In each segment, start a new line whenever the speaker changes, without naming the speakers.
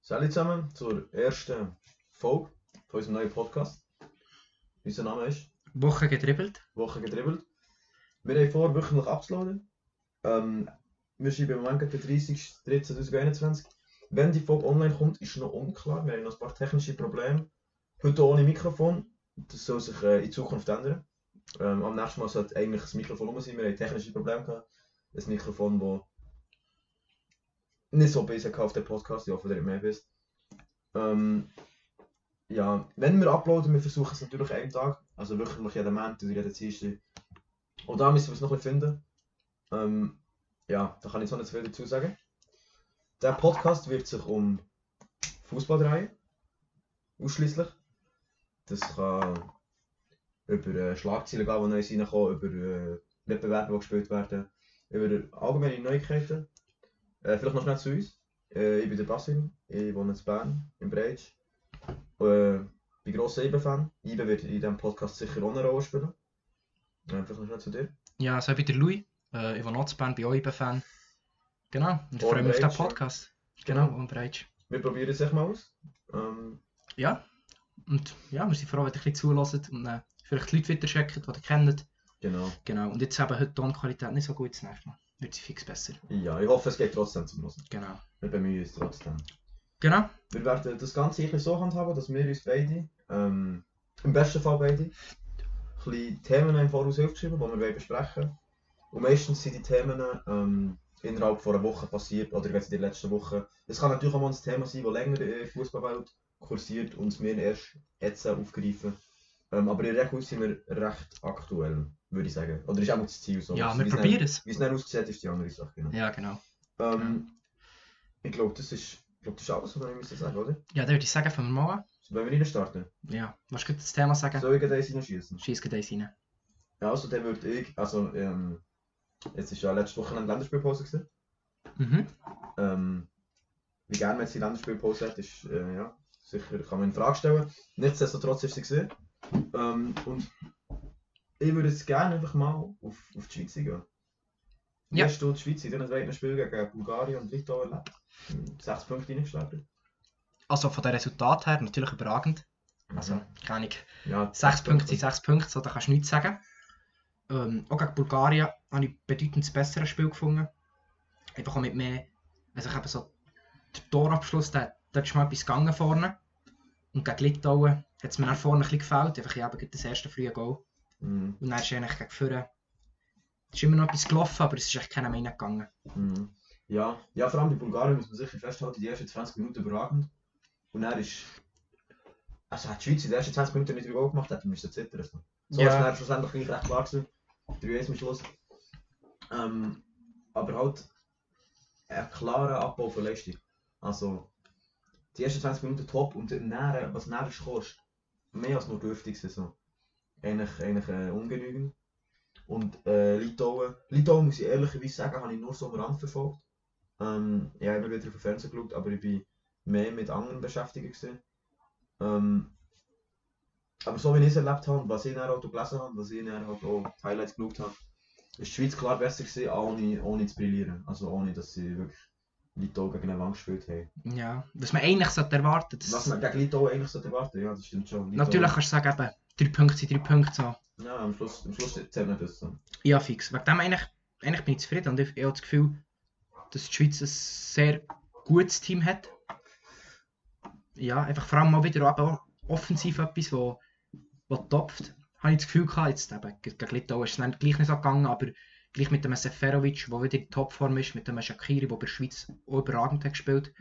Salut zusammen zur ersten Folge von unserem neuen Podcast. Unser Name ist
Woche gedribbelt.
Woche gedribbelt. Wir haben vor, wöchentlich abzuladen. Ähm, wir schreiben im Moment den 30.03.2021. Wenn die Folge online kommt, ist noch unklar. Wir haben noch ein paar technische Probleme. Heute ohne Mikrofon. Das soll sich äh, in Zukunft ändern. Ähm, am nächsten Mal sollte eigentlich das Mikrofon rum sein. Wir haben technische Probleme gehabt. Ein Mikrofon, das nicht so besser auf den Podcast. Ich hoffe, der mehr bist. Ähm, ja, wenn wir uploaden, wir versuchen es natürlich einen Tag. Also wirklich jeden Montag oder jeden Dienstag. Und da müssen wir es noch ein bisschen finden. Ähm, ja, da kann ich jetzt noch nicht so viel dazu sagen. Der Podcast wird sich um Fußball drehen. Ausschließlich. Das kann über äh, Schlagzeilen gehen, die neu reinkommen, über äh, Wettbewerbe, die gespielt werden, über allgemeine Neuigkeiten. Äh, vielleicht noch schnell zu uns. Äh, ich bin der Basil, ich wohne in Bern, im Breitsch. Äh, bin grosser IBE-Fan. IBE wird in diesem Podcast sicher auch eine Rolle spielen. Äh, vielleicht noch schnell zu dir.
Ja, so wie der Louis. Äh, ich war Notzband, bin auch IBE-Fan. Genau, und ich
Und
freue mich auf den
Breitsch, ja.
Podcast. Genau, und Breitsch.
Wir probieren es echt mal aus. Ähm,
Ja, und ja, wir sind froh, wenn ihr ein bisschen zulässt und äh, vielleicht die Leute wieder checkt, die ihr kennt.
genau.
Genau, und jetzt eben heute die Tonqualität nicht so gut, das nächste Mal wird sie fix besser.
Ja, ich hoffe, es geht trotzdem zum Hören.
Genau.
Wir bemühen uns trotzdem.
Genau,
Wir werden das Ganze sicher so handhaben, dass wir uns beide, ähm, im besten Fall beide, ein bisschen Themen im Voraus aufgeschrieben, die wir wollen besprechen wollen. Und meistens sind die Themen ähm, innerhalb von einer Woche passiert oder jetzt in der letzten Woche. Es kann natürlich auch mal ein Thema sein, das länger in der Fußballwelt kursiert und das wir erst jetzt aufgreifen. Ähm, aber in der Regel sind wir recht aktuell, würde ich sagen. Oder ist auch das Ziel so.
ja,
Also,
wir
wie es dann-
probieren es.
Wie es dann aussieht, ist die andere Sache. Genau.
Ja, genau.
Ähm, ich glaube, das ist, ich glaub, das ist alles, was wir müssen sagen, oder?
Ja, dann würde ich sagen, fangen wir mal an.
Wollen wir reinstarten?
Ja, was du das Thema sagen?
Soll ich gleich noch schießen?
Schieß gleich eins rein.
Ja, also dann würde ich, also ähm, jetzt ist ja letzte Woche eine Länderspielpause gewesen.
Mhm.
Ähm, wie gerne man jetzt die Länderspielpause hat, ist, äh, ja, sicher kann man in Frage stellen. Nichtsdestotrotz ist sie gesehen. Ähm, und ich würde jetzt gerne einfach mal auf, auf die Schweiz gehen. Wie
Ja.
hast du die Schweiz in den zweiten Spiel gegen Bulgarien und Litauen erlebt? Ähm, Sechs Punkte reingeschlagen.
Also von dem Resultat her natürlich überragend. Also, keine Ahnung.
ja,
6 Punkte sind 6 Punkte, so, da kannst du nichts sagen. Ähm, auch gegen Bulgarien habe ich bedeutend besseres Spiel gefunden. Einfach auch mit mehr. Also ich habe so den Torabschluss, da, da ist mal etwas gegangen vorne. Und gegen Litauen hat es mir nach vorne ein bisschen gefällt. Einfach ich habe gegen das erste frühe Goal.
Mhm.
Und dann ist eigentlich gegen vorne. Es ist immer noch etwas gelaufen, aber es ist echt keiner mehr reingegangen.
Mhm. Ja. ja, vor allem die Bulgarien muss man sicher festhalten, die ersten 20 Minuten überragend. Und er ist. Also hat die Schweiz in den ersten 20 Minuten nicht drüber gemacht, hätte man müssen zittern. So
Ja.
ist dann schlussendlich gleich recht klar gewesen. 3-1 am Schluss. Ähm, aber halt ein klarer Abbau von Leistung. Also die ersten 20 Minuten top und dann näher, was näher ist, kostet mehr als nur dürftig gewesen, so. Eigentlich, eigentlich äh, ungenügend. Und äh, Litauen, Litauen muss ich ehrlicherweise sagen, habe ich nur so am Rand verfolgt. Ähm, ja, immer wieder auf den Fernseher geschaut, aber ich bin mehr mit anderen beschäftigt. Gewesen. Ähm, aber so wie ich es erlebt habe, und was ich dann halt auch gelesen habe, was ich dann halt auch die Highlights geschaut habe, ist die Schweiz klar besser gewesen, auch ohne, ohne zu brillieren. Also ohne, dass sie wirklich Litauen gegen eine Wand gespielt haben.
Ja, was man eigentlich sollte erwarten sollte.
Was man gegen Litauen eigentlich sollte erwarten, ja, das stimmt schon. Litauen-
Natürlich kannst du sagen, eben, 3 Punkte sind 3 Punkte. So.
Ja, am Schluss, am Schluss zählt nicht das. so.
Ja, fix. Wegen dem eigentlich, eigentlich bin ich zufrieden und ich, ich habe das Gefühl, dass die Schweiz ein sehr gutes Team hat. Ja, einfach vor allem mal wieder eben auch offensiv etwas, wo, wo topft. Habe ich das Gefühl gehabt, jetzt eben, ge- gegen Litauen ist es dann gleich nicht so gegangen, aber gleich mit dem Seferovic, der wieder in Topform ist, mit dem Shakiri, der bei der Schweiz auch überragend hat gespielt.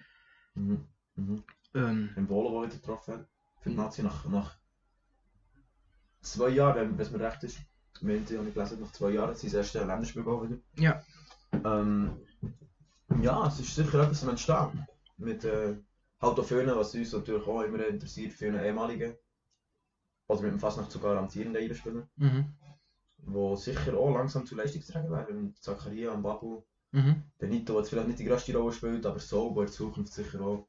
Mhm. Mhm.
Ähm,
Im Volo, der getroffen hat. Für die Nazi nach, nach zwei Jahren, wenn wenn es mir recht ist, meinte ich, habe ich gelesen, nach zwei Jahren hat sie das erste Länderspiel gehabt wieder.
ja,
Ähm, ja, es ist sicher etwas am Entstehen. Mit äh, halt auch vielen, was uns natürlich auch immer interessiert, vielen ehemaligen. Oder mit dem fast noch zu garantierenden Einspieler,
mhm.
die sicher auch langsam zu Leistungsträgern werden. Mit Zakaria und Babu.
Mhm.
Benito, der jetzt vielleicht nicht die grösste Rolle spielt, aber so, der in Zukunft sicher auch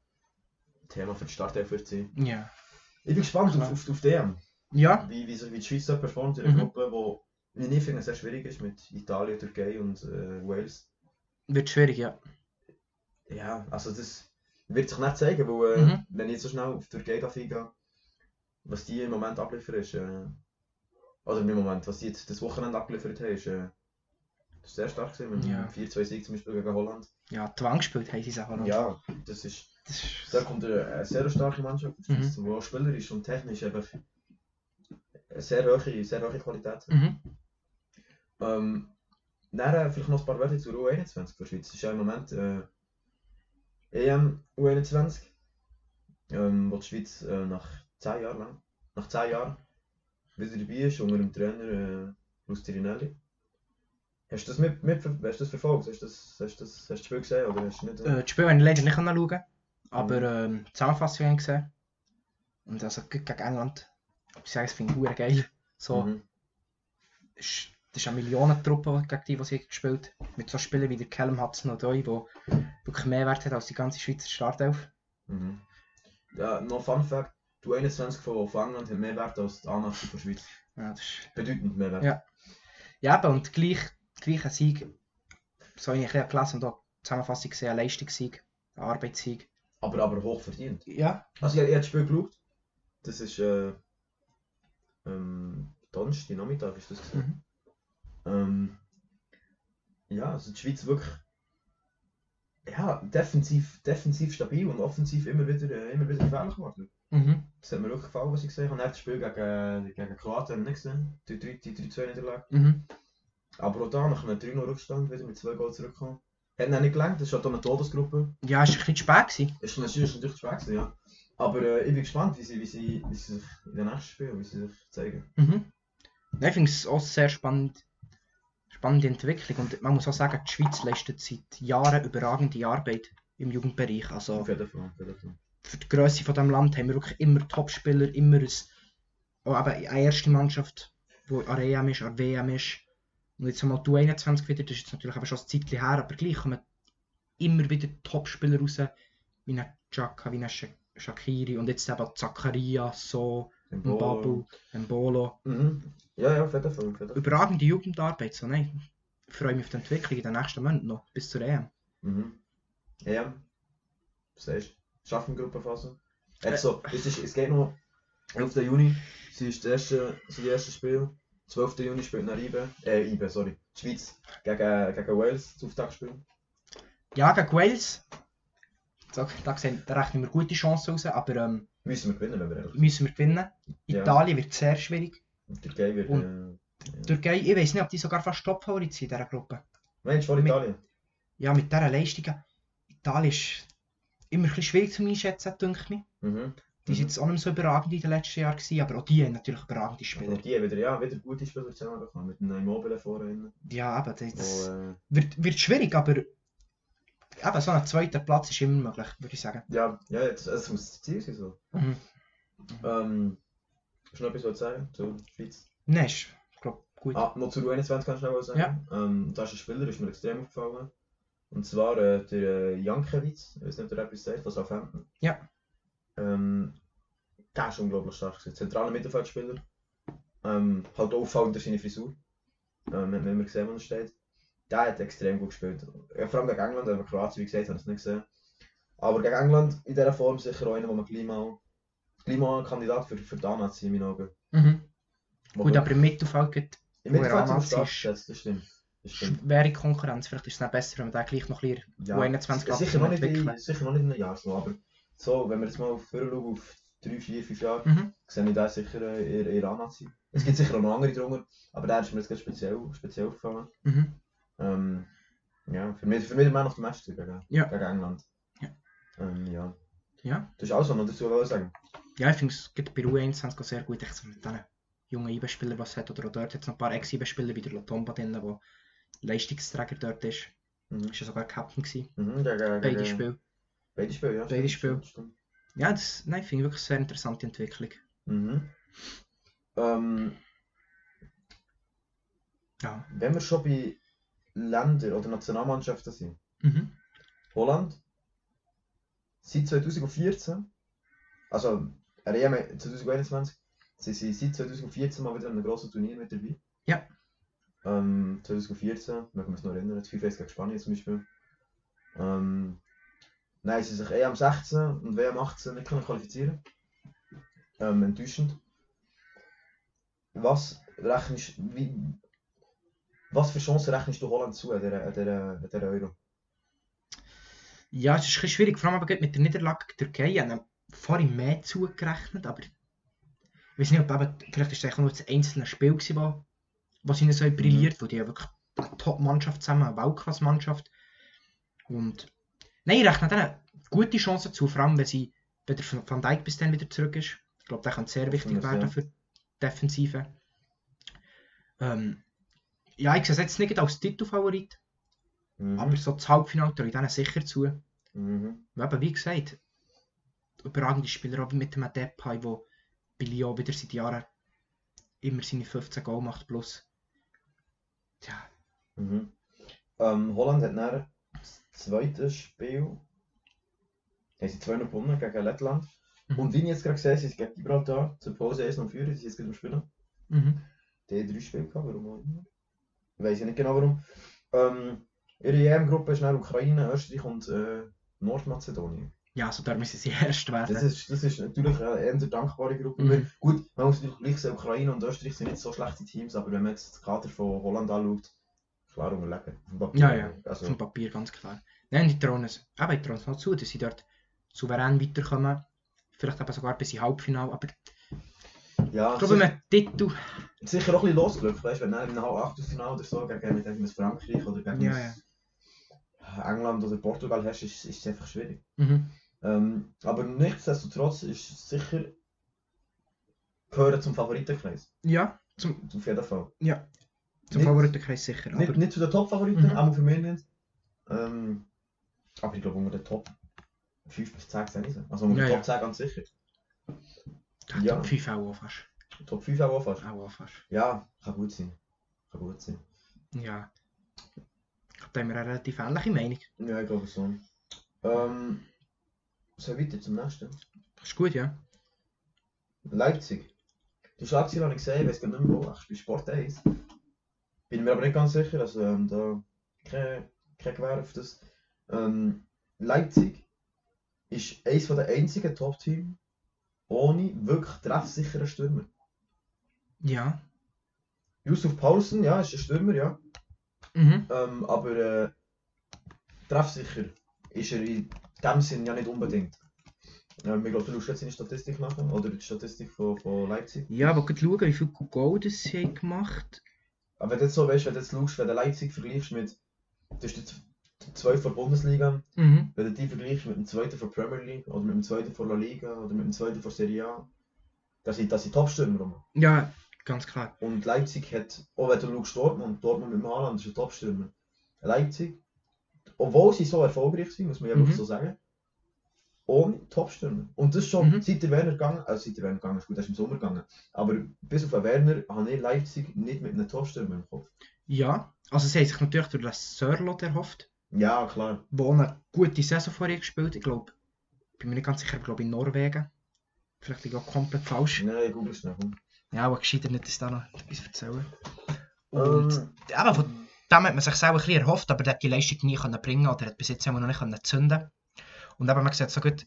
Thema für die Startelf wird sein.
Ja.
Ich bin gespannt auf, auf, auf DM,
Ja,
wie, wie, sich- wie die Schweiz so performt in einer
Mhm.
Gruppe, wo wie ich finde, sehr schwierig ist mit Italien, Türkei und äh, Wales.
wird schwierig, ja.
Ja, also das Wird sich nicht zeigen, weil äh,
Mhm.
wenn ich jetzt so schnell auf die Türkei darf eingehen, was die im Moment abliefern ist, äh, oder im Moment, was die jetzt das Wochenende abgeliefert haben, ist, äh, das ist sehr stark gewesen, mit
Ja.
einem 4-2-Sieg zum Beispiel gegen Holland.
Ja, Zwang gespielt haben sie Sachen.
Ja, das ist,
Das ist,
da kommt eine, eine sehr starke Mannschaft,
Mhm.
die auch spielerisch und technisch einfach eine sehr hohe, sehr hohe Qualität hat.
mhm.
Ähm, dann äh, vielleicht noch ein paar Wörter zur U21 für die Schweiz. Das ist ja im Moment E äh, EM U21, ähm, wo die Schweiz äh, nach 10 Jahren lang, nach 10 Jahren wieder dabei ist, unter dem Trainer äh, Luis Tirinelli. Hast du das, mit, mit, hast du das verfolgt? Hast du das, hast du das, hast du das Spiel gesehen oder hast du nicht?
Äh, das Spiel habe ich leider nicht schauen können, aber ähm, die Zusammenfassung habe ich gesehen. Und also ge- gegen England, ich sage, es finde ich verdammt geil. So,
Mhm.
ist- das ist eine Millionentruppe gegen die, die sie gespielt haben. Mit so Spielern wie der Callum Hudson Odoi, der wirklich mehr Wert hat als die ganze Schweizer Startelf.
Mhm. Ja, noch Fun Fact: Die U21 von von England hat mehr Wert als die A-Nacht von der Schweiz.
Ja, das ist...
Bedeutend mehr Wert.
Ja. ja eben, und gleich, gleich ein Sieg. So habe ich ein bisschen gelesen und auch die Zusammenfassung gesehen, ein Leistungssieg, ein Arbeitssieg.
Aber, aber hoch verdient.
Ja.
Also ich, ich habe das Spiel geschaut. Das ist äh, ähm, Donnerstag Nachmittag ist das gewesen.
Mhm.
Ähm, ja, also die Schweiz wirklich ja, defensiv, defensiv stabil und offensiv immer wieder, äh, immer wieder gefährlich geworden.
Mhm.
Das hat mir wirklich gefallen, was ich gesehen habe. Ich habe das Spiel gegen, äh, gegen Kroatien habe ich nicht gesehen, die 3 die 3-2 Niederlage.
Mhm.
Aber auch da, nach einem 3-0-Rückstand, wieder mit 2 Goals zurückgekommen. Hat noch nicht gelangt, das ist halt auch eine Todesgruppe.
Ja, es war ein bisschen zu spät. Gewesen.
Ist natürlich natürlich zu wechseln, ja. Aber äh, ich bin gespannt, wie sie, wie, sie, wie sie sich in den nächsten Spielen wie sie sich zeigen.
Mhm. Nein, Ich finde es auch sehr spannend. Spannende Entwicklung und man muss auch sagen, die Schweiz leistet seit Jahren überragende Arbeit im Jugendbereich. Also
Auf jeden Fall. Auf jeden Fall.
für die Größe von dem Land haben wir wirklich immer Topspieler, immer ein, auch eben eine erste Mannschaft, die an der EM ist, an der WM ist. Und jetzt einmal du 21 wieder, das ist jetzt natürlich eben schon ein Zeitchen her, aber gleich kommen immer wieder Topspieler raus, wie ein Chaka, wie ein Sha- Shakiri und jetzt eben Zakaria, So,
Im
Mbabu, Mbolo.
Mhm. Ja, ja, auf jeden Fall. Auf jeden Fall.
Überragende Jugendarbeit, so nein. Ich freue mich auf die Entwicklung in den nächsten Monaten noch, bis zur EM.
Mhm. Ja. Was sagst du? Schaffen Gruppenphase? Also, es, ist, es geht noch 11. Juni. Sie ist das erste, sie die erste Spiel. 12. Juni spielt nach Ibe. Äh, Ibe, sorry. Die Schweiz gegen, gegen Wales, das Auftaktspiel.
Ja, gegen Wales. Da, da, sehen, da rechnen wir gute Chancen raus, aber ähm,
Müssen wir gewinnen, wenn wir ehrlich sind.
müssen wir gewinnen.
Ja.
Italien wird sehr schwierig.
Und die Türkei wird. Äh,
Die Türkei, ich weiß nicht, ob die sogar fast Topfavorit sind in dieser Gruppe.
Mensch, vor
Mit-
Italien.
Ja, mit dieser Leistung. Italien ist immer ein bisschen schwierig zu einschätzen, denke ich. mir.
Mhm.
Die
Mhm.
sind jetzt auch nicht mehr so überragend in den letzten Jahren, gewesen, aber auch die haben natürlich überragende Spieler.
Und die haben wieder, ja, wieder gute Spieler zusammenbekommen, mit einem Immobile vorhin.
Ja, aber das,
Wo,
das
äh,
wird, wird schwierig, aber eben so ein zweiter Platz ist immer möglich, würde ich sagen.
ja, ja, das, das muss das Ziel sein. So.
Mhm.
Ähm, hast du noch etwas zu sagen zur Schweiz?
Nein, ist, glaube gut.
Ah, noch zur U21 kannst du noch was sagen.
Ja.
Ähm, da ist ein Spieler, ist mir extrem aufgefallen. Und zwar äh, der äh, Jankiewicz, ich weiß nicht, ob der etwas sagt, von Southampton.
Ja.
Ähm, der ist unglaublich stark. gewesen. Zentraler Mittelfeldspieler. Ähm, halt auffallend durch seine Frisur. Ähm, wenn man gesehen, wo er steht. Der hat extrem gut gespielt. Ja, vor allem gegen England, aber Kroatien, wie gesagt, habe ich es nicht gesehen. Aber gegen England in dieser Form sicher auch einer, wo man gleich mal, gleich mal ein Kandidat für, für die Anna ziehen, in meinen Augen.
Mhm.
Wo
Gut,
wir-
aber im Mittelfeld gibt
Im Mittelfeld
Uran
sind wir stark
ist-
gesetzt, das stimmt. Das
es
stimmt.
schwere Konkurrenz. Vielleicht ist es dann besser, wenn wir da gleich noch ein bisschen
Ja,
U21
s- sicher
Klassen
noch, nicht in,
entwickeln.
sicher noch nicht in einem Jahr so, aber so, wenn wir jetzt mal vorschauen auf 3, 4, 5 Jahre,
Mhm.
sehe ich da sicher äh, eher, eher Anazi. Es gibt sicher auch noch andere drunter, aber der ist mir jetzt gerade speziell, speziell aufgefallen.
Mhm.
Ähm, ja, für mich, für mich der Mann auf dem Match gegen,
Ja.
gegen England.
Ja.
Ähm, ja.
Ja.
Du hast auch so noch dazu wollen sagen.
Ja, ich finde es geht bei U21 auch sehr gut, echt so mit diesen jungen IB-Spielern, die es hat. Oder auch dort jetzt noch ein paar Ex-IB-Spieler wie der Lotomba drin, der Leistungsträger dort ist.
Mhm.
Ist ja sogar Captain gewesen.
Mhm, gegen, gegen,
Beide Spiele.
Beide Spiele, ja.
Beide
stimmt, Stimmt.
Ja, das nein, finde ich wirklich sehr interessante Entwicklung.
stimmt. Mhm. Ähm,
Ja.
wenn wir schon bei Ländern oder Nationalmannschaften sind,
Mhm.
Holland. Seit 2014, also er EM 2021, sie sind seit 2014 mal wieder an einem grossen Turnier mit dabei.
Ja.
Ähm, 2014, man kann es noch erinnern, das 5 gegen Spanien zum Beispiel. Ähm, Nein, sie sich eh am 16 und WM 18 nicht können qualifizieren. Ähm, enttäuschend. Was rechnest wie, was für Chancen rechnest du Holland zu an dieser, an dieser, an dieser Euro?
Ja, es ist ein bisschen schwierig, vor allem aber gerade mit der Niederlage gegen die Türkei. Ich habe vorhin mehr zugerechnet, aber ich weiß nicht, ob eben, vielleicht ist es einfach nur das einzelne Spiel, gewesen, wo, wo sie nicht so haben brilliert, wo die ja wirklich eine Top-Mannschaft zusammen, eine Weltklasse-Mannschaft. Und nein, ich rechne denen gute Chancen zu, vor allem wenn, sie, wenn der Van- Van Dijk bis dann wieder zurück ist. Ich glaube, der kann sehr wichtig
Hoffentlich,
werden
ja.
für die Defensive. Ähm, ja, ich sehe es jetzt nicht als Titelfavorit,
Mhm.
aber so das Halbfinale traue ich denen sicher zu.
Mhm.
Und eben, wie gesagt, überragende Spieler, auch mit dem Depay, der bei Lyon wieder seit Jahren immer seine 15 Goal macht plus. Tja,
Mhm. Ähm, Holland hat dann das zweite Spiel. Haben sie 2 gewonnen gegen Lettland.
Mhm.
Und wie ich jetzt gerade gesehen habe, sie sind gegen Gibraltar zur Pause 1 und 4, dus die sind jetzt gerade am Spielen.
mhm.
Die haben drei Spiele gehabt, warum auch immer. Weiß ich nicht genau warum. Ähm, ihre EM-Gruppe ist dann Ukraine, Österreich und äh, Nordmazedonien.
ja, also so da müssen sie erst werden.
Das ist, das ist natürlich eine eher dankbare Gruppe.
Ah, Mhm.
Gut, man muss natürlich gleich sehen, Ukraine und Österreich sind nicht so schlechte Teams, aber wenn man jetzt das Kader von Holland anschaut, klar unterlegen. Auf dem Papier.
Ja, ja.
Also,
Vom Papier, ganz klar. Nein, die trauen es, eben, die trauen es noch zu, dass sie dort souverän weiterkommen. Vielleicht eben sogar bis ins Halbfinale, aber ich
ja,
glaube,
sicher,
mit dem Titel,
sicher auch ein bisschen Losglück, weißt du, wenn dann in einem Achtelfinale oder so gegen mit dem Frankreich oder gegen
Ja, ja.
England oder Portugal hast, ist, ist es einfach schwierig.
mhm.
Ähm, aber nichtsdestotrotz ist es sicher gehören zum Favoritenkreis.
ja, zum,
Auf jeden Fall.
ja, zum
Nicht-
Favoritenkreis sicher, aber
Nicht, nicht zu den Top-Favoriten,
Mhm.
aber für mich nicht. Ähm, aber ich glaube, unter den Top 5 bis 10 sind sie. Also unter
Ja,
den
ja.
Top 10 ganz sicher.
ja.
ja.
Top 5 auch fast.
Top 5 auch fast.
Auch fast.
Ja, kann gut sein. Kann gut sein.
Ja. Ich glaube, da haben wir eine relativ ähnliche Meinung.
Ja, ich glaube so. Ähm, so weiter zum nächsten.
Das ist gut, ja.
Leipzig. Die Schlagzeile habe ich gesehen, ich weiß gar nicht mehr wo, ach, bei Sport 1. Bin mir aber nicht ganz sicher, also ähm, da kein, kein Gewehr auf das. Ähm, Leipzig ist eines der einzigen Top-Teams ohne wirklich treffsicheren Stürmer.
Ja.
Yusuf Paulsen, ja, ist ein Stürmer, ja.
Mhm.
Ähm, aber äh, treffsicher ist er in dem Sinn ja nicht unbedingt. Ähm, ich glaube, du schaust jetzt seine Statistik nach, oder die Statistik von, von Leipzig.
Ja, aber gut schauen, wie viel Gold sie haben gemacht
Aber wenn du jetzt so weißt, wenn du jetzt schaust, wenn du Leipzig vergleichst mit das ist der Z- der zweite von der Bundesliga,
Mhm.
wenn du die vergleichst mit dem zweiten von der Premier League oder mit dem zweiten von La Liga oder mit dem zweiten von Serie A, das sind, das sind Top-Stürmer. Roman.
Ja, ganz klar.
Und Leipzig hat, auch wenn du schaust Dortmund, Dortmund mit dem Haaland ist ein Top-Stürmer. Leipzig, obwohl sie so erfolgreich sind, muss man ja
Mhm.
wirklich so sagen, ohne Top-Stürmer. Und das schon
Mhm.
seit der Werner gegangen, also seit der Werner gegangen ist, gut, das ist im Sommer gegangen, aber bis auf den Werner habe ich Leipzig nicht mit einem Top-Stürmer im Kopf.
Ja. Also sie haben sich natürlich durch das Sörlot erhofft,
Ja, klar.
der auch eine gute Saison vorher gespielt Ich glaube, bin mir nicht ganz sicher, ich glaube in Norwegen. Vielleicht liege ich auch komplett falsch.
Nein, ich google schnell.
Ja, aber gescheiter nicht, dass da noch etwas erzählen. Und
Ähm,
eben, von dem hat man sich selber ein bisschen erhofft, aber der hat die Leistung nie können bringen oder hat bis jetzt immer noch nicht können zünden Und eben, man sieht so gut,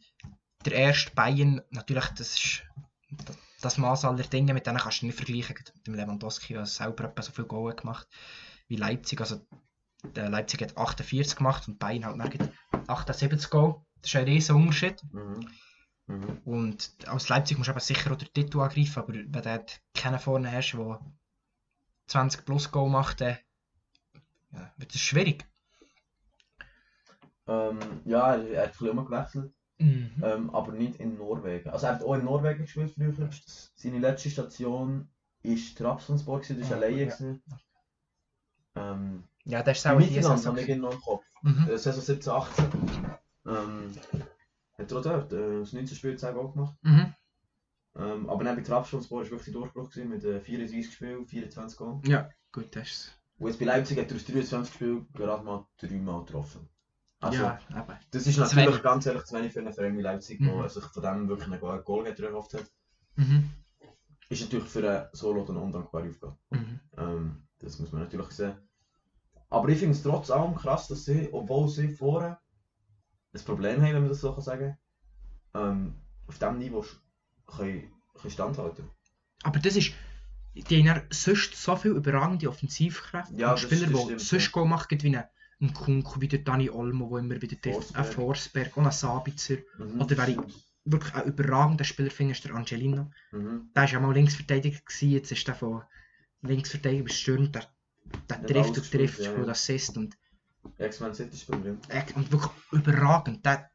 der erste Bayern, natürlich, das ist das- das Maß aller Dinge, mit denen kannst du nicht vergleichen. Gerade Mit dem Lewandowski der selber etwa so viel Goal gemacht wie Leipzig. Also, der Leipzig hat 48 gemacht und Bayern hat dann 78 Goal. Das ist ein riesen Unterschied.
mhm. Mhm.
Und als Leipzig musst du eben sicher auch den Titel angreifen, aber wenn du dort keinen vorne hast, der 20 plus Goal macht, dann ja, wird es schwierig.
Ähm, ja, er, er hat ein bisschen gewechselt,
Mhm.
ähm, aber nicht in Norwegen. Also er hat auch in Norwegen gespielt früher. Seine letzte Station war Trabzonspor, gewesen, das war
Ah,
alleine.
ja.
gewesen. Ähm,
Ja, das ist auch die
Mittelland
Saison.
habe ich genau im Kopf.
Mhm.
Äh, Saison 17, 18. Ähm, hat er auch dort äh, das 19 Spiel 10 Goal gemacht.
Mhm.
Ähm, aber neben Trabzonspor war wirklich der Durchbruch gewesen, mit äh, 34 Spielen, 24 Goal.
Ja, gut, das ist
Und jetzt bei Leipzig hat er aus 23 Spielen gerade mal 3 Mal getroffen. Also,
Ja, eben.
Das ist
Zu
natürlich
wenig.
ganz ehrlich zu wenig für einen Verein wie Leipzig, der
Mhm.
sich von dem wirklich einen guten Goal hat erhofft hat.
Mhm.
Ist natürlich für einen Solo eine undankbare Aufgabe.
Mhm.
Ähm, das muss man natürlich sehen. Aber ich finde es trotz allem krass, dass sie, obwohl sie vorher ein Problem haben, wenn man das so kann sagen ähm, auf diesem Niveau sch- können, können standhalten
Aber das ist. Die haben dann sonst so viel überragende Offensivkräfte.
Ja,
und
das-
Spieler,
das
die
stimmt,
sonst
ja.
Goal machen, wie ein- ein Kunku, wie der Dani Olmo, der immer wieder trifft. Ein
Forsberg.
Forsberg und ein Sabitzer.
Mhm.
Oder wäre ich- Wirklich ein überragender Spieler findest du der Angelino.
Mhm.
Der war ja mal Linksverteidiger, gewesen, jetzt ist der von Linksverteidiger bestürmt. Der, der
hat
trifft
alles
und trifft,
gespielt, ja,
spielt
ja.
Assist und,
Ex-Man City Spieler,
echt- und wirklich überragend. Der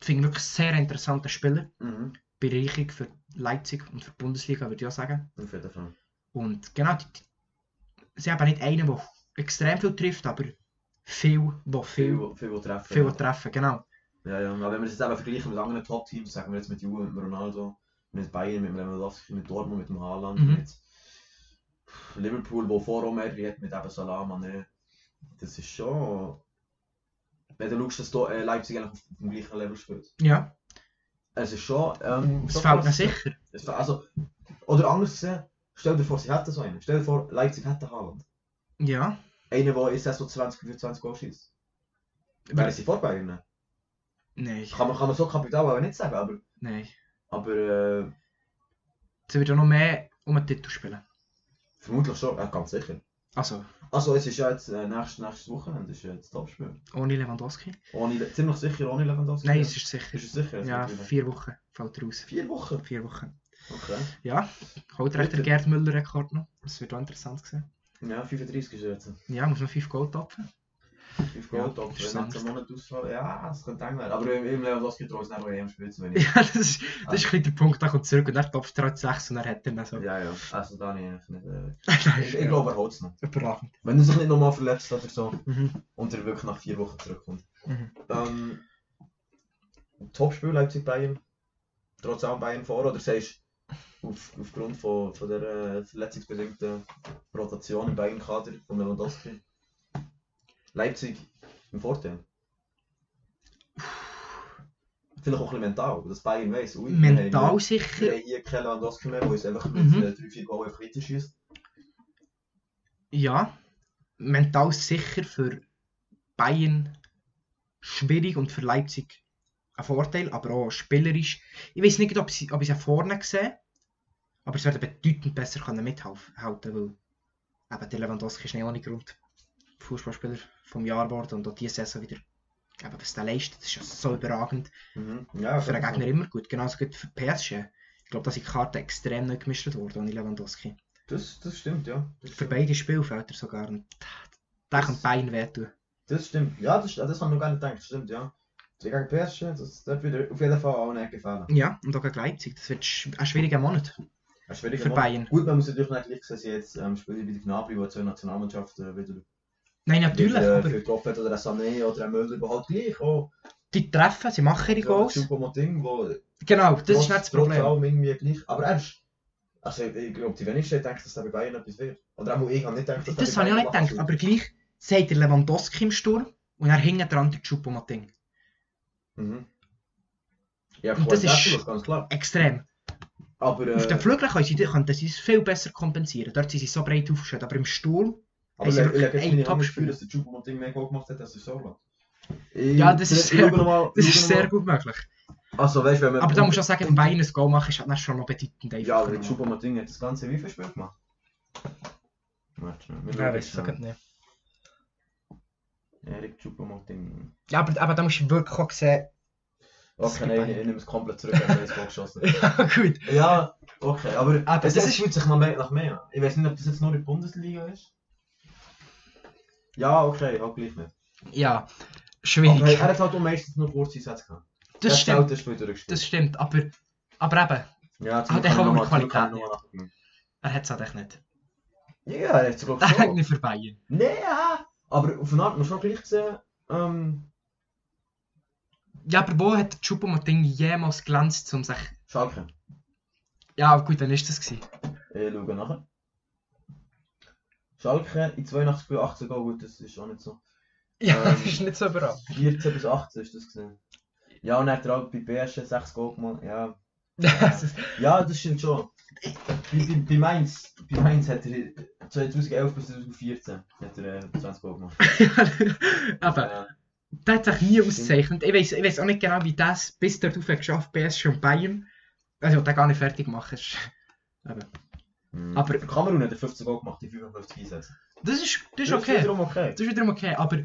finde ich wirklich ein sehr interessanter Spieler.
ja. Mhm.
Bereicherung für Leipzig und für die Bundesliga, würde ich auch sagen.
Auf jeden Fall.
Und genau, die, die- sie haben nicht einen, der extrem viel trifft, aber viel, der viel,
Viel, viel treffen.
viel
ja.
treffen, genau.
Ja, ja, aber wenn wir das jetzt eben vergleichen mit anderen Top-Teams, sagen wir jetzt mit Juve, mit Ronaldo, mit Bayern, mit Lewandowski, mit Dortmund, mit dem Haaland,
Mhm.
mit Liverpool, wo vor Omeri hat, mit eben Salah, Mané. Das ist schon... Wenn du schaust, dass Do- äh, Leipzig eigentlich auf dem gleichen Level spielt.
Ja, dus
Es ist schon... Ähm,
es
schon
fehlt mir
krass.
sicher.
Es fe- Also, oder anders gesehen, stell dir vor, sie hätten so einen. Stell dir vor, Leipzig hätte Haaland.
Ja,
Einer, der in Saison 20, 25 Goal schießt.
aber-
Wären sie vor Bayern?
nein,
Kann man, kann man so Kapital aber nicht sagen, aber...
nein.
Aber... Äh,
Sie wird auch noch mehr um den Titel spielen.
Vermutlich schon, ja, ganz sicher.
Also,
Also es ist ja jetzt äh, nächstes, nächstes Wochenende ist ja das Topspiel.
ohne Lewandowski.
Ohne, Le- ziemlich sicher ohne Lewandowski.
Nein, es ist sicher.
ist es sicher. Es
Ja,
wird wieder-
vier Wochen fällt er aus.
vier Wochen.
Vier Wochen.
Okay.
Ja, holt recht der
Bitte.
Gerd Müller-Rekord noch. Das wird auch interessant sein.
Ja, 35 ist er jetzt.
Ja, muss noch fünf Goal tapfen.
5
Ja,
Gold,
das
top.
ist
Wenn jetzt
Samstag.
ein Monat ausfällt, ja, es könnte eng werden. Aber im, im Lewandowski traue ich es nicht bei EM spielen zu wenig.
Ja, das ist, das ist ein bisschen der Punkt, da kommt zurück und dann tapft er halt sechs und dann hat er ihn so.
Ja, ja. Also da habe ich eigentlich nicht... Äh,
Das
ich
ist
ich glaube, er holt es nicht.
überragend.
Wenn er sich nicht nochmal verletzt oder so
Mhm.
und er wirklich nach vier Wochen zurückkommt.
Mhm.
Ähm, Topspiel Leipzig-Bayern. Trotz allem Bayern vor, oder sagst du, auf, aufgrund von, von der äh, verletzungsbedingten Rotation im Bayern-Kader von Lewandowski, Leipzig im Vorteil? Vielleicht auch ein bisschen mental, dass Bayern weiss, ui, wir
Mental
haben- Wir
sicher.
haben hier keinen Lewandowski mehr, der uns einfach
Mhm.
mit äh, 3-4 Goal einfach reinschießt.
Ja. Mental sicher für Bayern schwierig und für Leipzig ein Vorteil, aber auch spielerisch. Ich weiß nicht, ob sie, ob ich sie vorne sehe, aber sie werden bedeutend besser können mithalten können, weil eben der Lewandowski ist nicht ohne Grund Fußballspieler vom Jahr geworden und auch diese Saison wieder, eben, was der leistet, das ist ja so überragend.
Mhm. Ja,
für den
klar.
Gegner immer gut. Genauso gut für PSG. Ich glaube, dass die Karte extrem neu gemischt wurde ohne Lewandowski.
Das, das stimmt, ja. Das
Für
stimmt.
beide Spielfelder sogar. Und da kann Bein wehtun.
Das stimmt. Ja, das, das haben wir gar nicht gedacht. Das stimmt, ja. Gegen PSG, das, das wird auf jeden Fall auch eine Ecke fehlen.
Ja, und auch gegen Leipzig. Das wird sch- ein schwieriger Monat
Ein schwieriger
für
Mann.
Bayern.
Gut, man muss natürlich nicht gleich sehen, dass jetzt ähm, Spieler wie der Gnabry, der zur Nationalmannschaft äh, wieder,
Nein, natürlich,
wieder äh,
aber
viel getroffen hat, oder ein Sané oder ein Müller, der halt gleich auch
die treffen, sie machen ihre Goals.
Choupo-Moting, wo
Genau, das
trotz-
ist nicht das
trotz
Problem.
allem irgendwie gleich, aber er ist, also ich, ich glaube, die wenigsten denken, dass er bei Bayern etwas wird. Oder auch ich habe nicht gedacht, dass
Das
er
habe
bei
ich auch
Bayern
nicht
etwas
gedacht, aber gleich sagt der Lewandowski im Sturm und er hinten dran der Choupo-Moting.
wird. Mhm. Ja,
Und das ist-
Qualität, ganz klar.
Extrem.
Aber, äh,
Auf den Flügeln können sie, könnten sie es viel besser kompensieren. Dort sind sie so breit aufgestellt, aber im Sturm
Aber
Is
ich
er
lege
wirklich
jetzt
één
meine Hand dafür,
topspeler?
dass der Choupo-Moting mehr Goal gemacht hat als der Sorla. Eh,
Ja, das ist sehr-
Mal,
Das
schau
ist
noch
sehr gut möglich.
mal. Also, weißt, wenn man...
Aber da musst du auch sagen, wenn Bayern ein Goal machen, ist das schon noch bedeutend
Ja,
einfach.
aber der Choupo-Moting hat das ganze wie viel Spiel gemacht? Warte schnell, wir
ja,
schauen
weiss ich
schnell.
sag nicht.
Erik Choupo-Moting.
Ja, aber, aber da musst du wirklich auch sehen. Das
Okay,
ist
nein,
bei-
ich ich nehme es komplett zurück, wenn wir das Goal geschossen
ja, gut.
Ja, okay, aber...
Aber
es
das
es
ist-
fühlt sich noch mehr, nach mehr an. Ich weiß nicht, ob das jetzt nur in der Bundesliga ist. Ja, okay, auch gleich nicht.
Ja, schwierig.
Aber er hat halt auch meistens nur kurze Sätze gehabt. Er
das
hat
stimmt,
selten das Spiel durchgespielt.
das stimmt. Aber, aber eben,
Ja, zum
Ah,
Glück habe
der
ich
kann
noch
aber
mal- zum Glück habe ich
Qualität
noch mal nachgeguckt.
er hat es eigentlich nicht.
Ja, er hat es glaube
Der
ich
hängt
schon.
nicht für Bayern.
Nee, ja. Aber auf eine Art muss man schon gleich sehen. Ähm,
Ja, aber wo hat Choupo-Moting jemals glänzt, um sich...
Schalke.
Ja, gut, dann ist das gewesen.
Ich schaue nachher. Schalke in 82 Spielen 18 Goal, gut, das ist auch nicht so.
Ja,
Ähm.
das ist nicht so überall.
14 bis 18 ist das gesehen. Ja, und er hat er auch bei PSG 6 Goal gemacht. Ja.
Das ist-
ja, das stimmt schon. Bei, bei, bei, Mainz, bei Mainz hat er 2011 bis 2014 hat er, äh, 20 Goal gemacht.
ja, aber
Ja.
der hat sich nie ausgezeichnet. Ich weiß, ich weiß auch nicht genau, wie das bis dort hat geschafft hat, PSG und Bayern. Also, den gar nicht fertig machen. ist-
Mhm.
Aber-
Für Kamerun hat er 50 Goal gemacht in 55 Einsätzen.
Das ist, das
Das
ist okay.
wiederum okay.
Das ist wiederum okay, aber.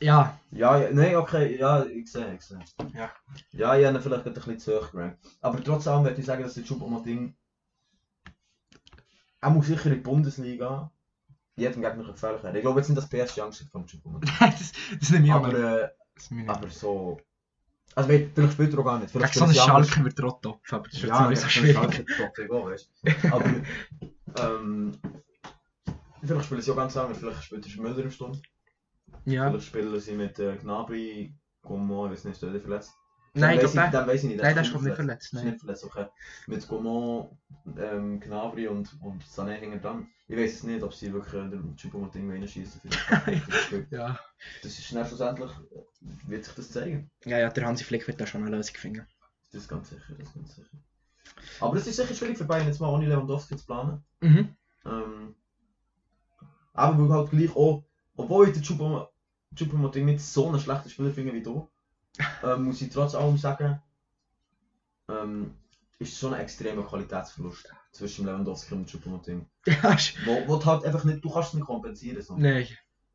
Ja,
Ja, ja, nee, okay, ja, ich sehe, ich sehe.
Ja.
Ja, ich habe ihn vielleicht ein bisschen zu hoch gerankt. Aber trotz allem würde ich sagen, dass der Choupo-Moting... Er muss sicher in die Bundesliga jedem Gegner gefährlich werden. Ich glaube jetzt nicht, dass PSG Angst hat vor Choupo-Moting.
das, das nehme ich auch
Aber,
nicht.
äh,
Das nehme ich nicht.
aber so... Also weet- vielleicht spielt er auch gar nicht.
Gegen
Vielleicht
so einen
spielt er anders.
Schalke wird er auch top, aber das ist
Ja, das
ja, nicht so
ist
schwierig.
Aber ähm, vielleicht spielen sie auch ganz anders. Vielleicht spielt der Müller im Sturm.
Ja.
Vielleicht spielen sie mit äh, Gnabry, oh, Gomo, ich weiß nicht, ist der verletzt?
Nein, ich
Dann weiss
glaube, der,
dann weiss ich nicht.
nein, der ist glaub nicht verletzt.
Ist
Nein.
nicht verletzt, okay. Mit Gomo, ähm, Gnabry und, und Sané hinten dran. Ich weiß es nicht, ob sie wirklich äh, den Chupomoting reinschießen für das Spiel.
Ja.
Das ist dann schlussendlich, wird sich das zeigen.
ja, ja, der Hansi Flick wird da schon eine Lösung finden.
Das ist ganz sicher, das ist ganz sicher. Aber das ist sicher schwierig für Bayern jetzt mal ohne Lewandowski zu planen.
Mhm.
Ähm, aber wir halt gleich auch, obwohl ich den Choupo- Choupo-Moting nicht so einen schlechten Spieler finde wie du, ähm, muss ich trotz allem sagen, ähm, ist schon ein extremer Qualitätsverlust zwischen Lewandowski und Choupo-Moting.
Ja, ist-
Wo, wo du halt einfach nicht, du kannst es nicht kompensieren. So.
Nein.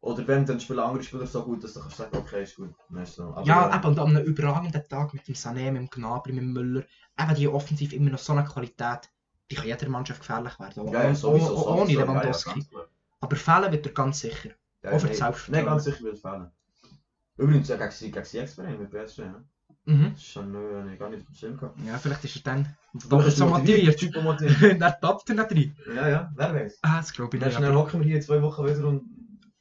Oder wenn dann spielen andere Spieler so gut, dass du kannst sagen, okay, ist gut. Dann ist so. Aber,
Ja,
äh,
eben, und an einem überragenden Tag mit dem Sané, mit dem Gnabry, mit dem Müller, eben die offensiv immer noch so eine Qualität, die kann jeder Mannschaft gefährlich werden.
ja, ja, sowieso,
oh- oh-
sowieso,
ohne
ja, ja,
Lewandowski.
ganz klar.
Aber fehlen wird er ganz sicher.
Ja,
Over
nee,
het
Nee,
zelfvertrouwen.
ganz sicher wird fehlen. Übrigens, ja, gegen, gegen CX bin ich mit PSG. Ja.
Mhm.
Das ist schon neu, habe ich gar nicht auf dem Schirm gehabt.
Ja, vielleicht ist er dann doch so motiviert.
Typ motiviert.
dann tappt er nicht rein.
Ja, ja, wer weiß.
Ah, das glaube ich
Dann
nicht.
schnell
aber-
hocken wir hier zwei Wochen wieder und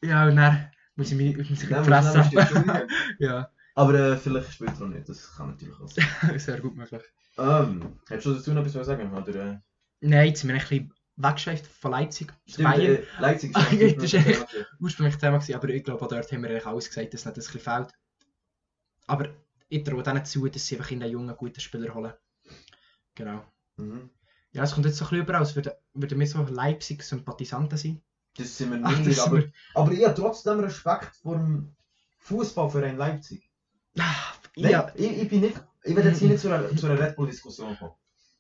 Ja, und dann muss ich mich, muss ich mich
Nehmen wir schnell
fressen.
die Stimme.
ja,
Aber äh, vielleicht spielt er auch nicht, das kann natürlich auch sein.
sehr gut möglich.
ähm, hättest du dazu noch etwas zu sagen? Oder, äh,
Nein, jetzt sind wir ein bisschen weggeschweift von Leipzig. zu
stimmt,
Bayern.
äh, Leipzig
Ah,
natürlich
das ist
noch ein
echt-
Thema.
ursprünglich Thema gewesen, aber ich glaube, auch dort haben wir eigentlich alles gesagt, dass nicht das ein bisschen fehlt. Aber ich traue denen zu, dass sie einfach in einen jungen, guten Spieler holen. Genau.
Mhm.
Ja, es kommt jetzt so ein bisschen über, als würden würde wir so Leipzig-Sympathisanten sein.
Das sind wir
Ach,
nicht,
das sind
aber,
wir.
aber ich habe trotzdem Respekt vor dem Fußballverein Leipzig.
Ah,
Nein,
ja.
ich, ich bin nicht. Ich will jetzt hier
Mhm.
nicht zu einer, zu einer Red Bull-Diskussion kommen.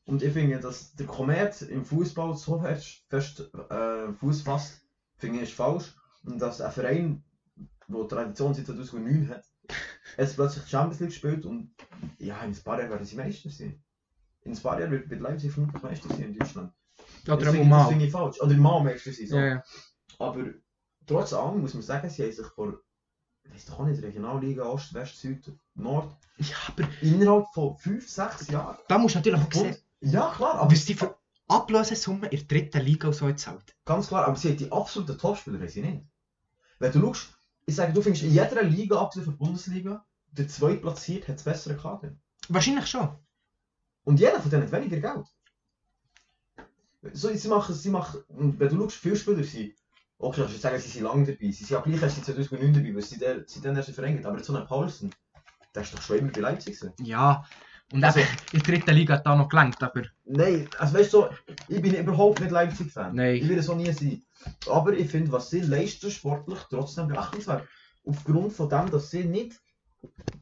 Und ich finde, dass der Komet im Fußball so fest, fest äh, Fuß fasst, finde ich ist falsch. Und dass ein Verein, der Tradition seit 2009 hat, jetzt plötzlich die Champions League spielt und ja, in ein paar Jahren werden sie Meister sein. In ein paar Jahren wird, wird Leipzig vermutlich Meister sein in Deutschland.
Oder
das
auch
finde ich- das
mal.
finde ich falsch. Oder mal Meister sein. So.
Ja, ja.
Aber trotz allem muss man sagen, sie haben sich vor, ich weiß doch auch nicht, Regionalliga Ost, West, Süd, Nord
ja, aber
innerhalb von 5, 6 Jahren.
da musst du natürlich auch sehen,
ja, klar, aber
was die für Ablösesumme in der dritten Liga und so jetzt halt.
ganz klar, aber sie hat die absoluten Topspieler, haben sie nicht. Wenn du schaust, ich sage, du findest in jeder Liga, abgesehen von der Bundesliga, der zweitplatziert hat das bessere Kader.
Wahrscheinlich schon.
Und jeder von denen hat weniger Geld. So, sie machen, sie machen, und wenn du schaust, viele Spieler sind, okay, kannst du sagen, sie sind lange dabei, sie sind auch gleich erst seit 2009 dabei, weil sie der- seitdem erst verringert, aber so ein Paulsen, der ist doch schon immer bei Leipzig gewesen.
Ja. Und
Also-
eben, in der dritten Liga hat da noch gelangt, aber
Nein, also weißt du, ich bin überhaupt nicht Leipzig-Fan.
Nein.
Ich will es auch nie sein. Aber ich finde, was sie leisten, sportlich trotzdem beachtenswert. Aufgrund von dem, dass sie nicht,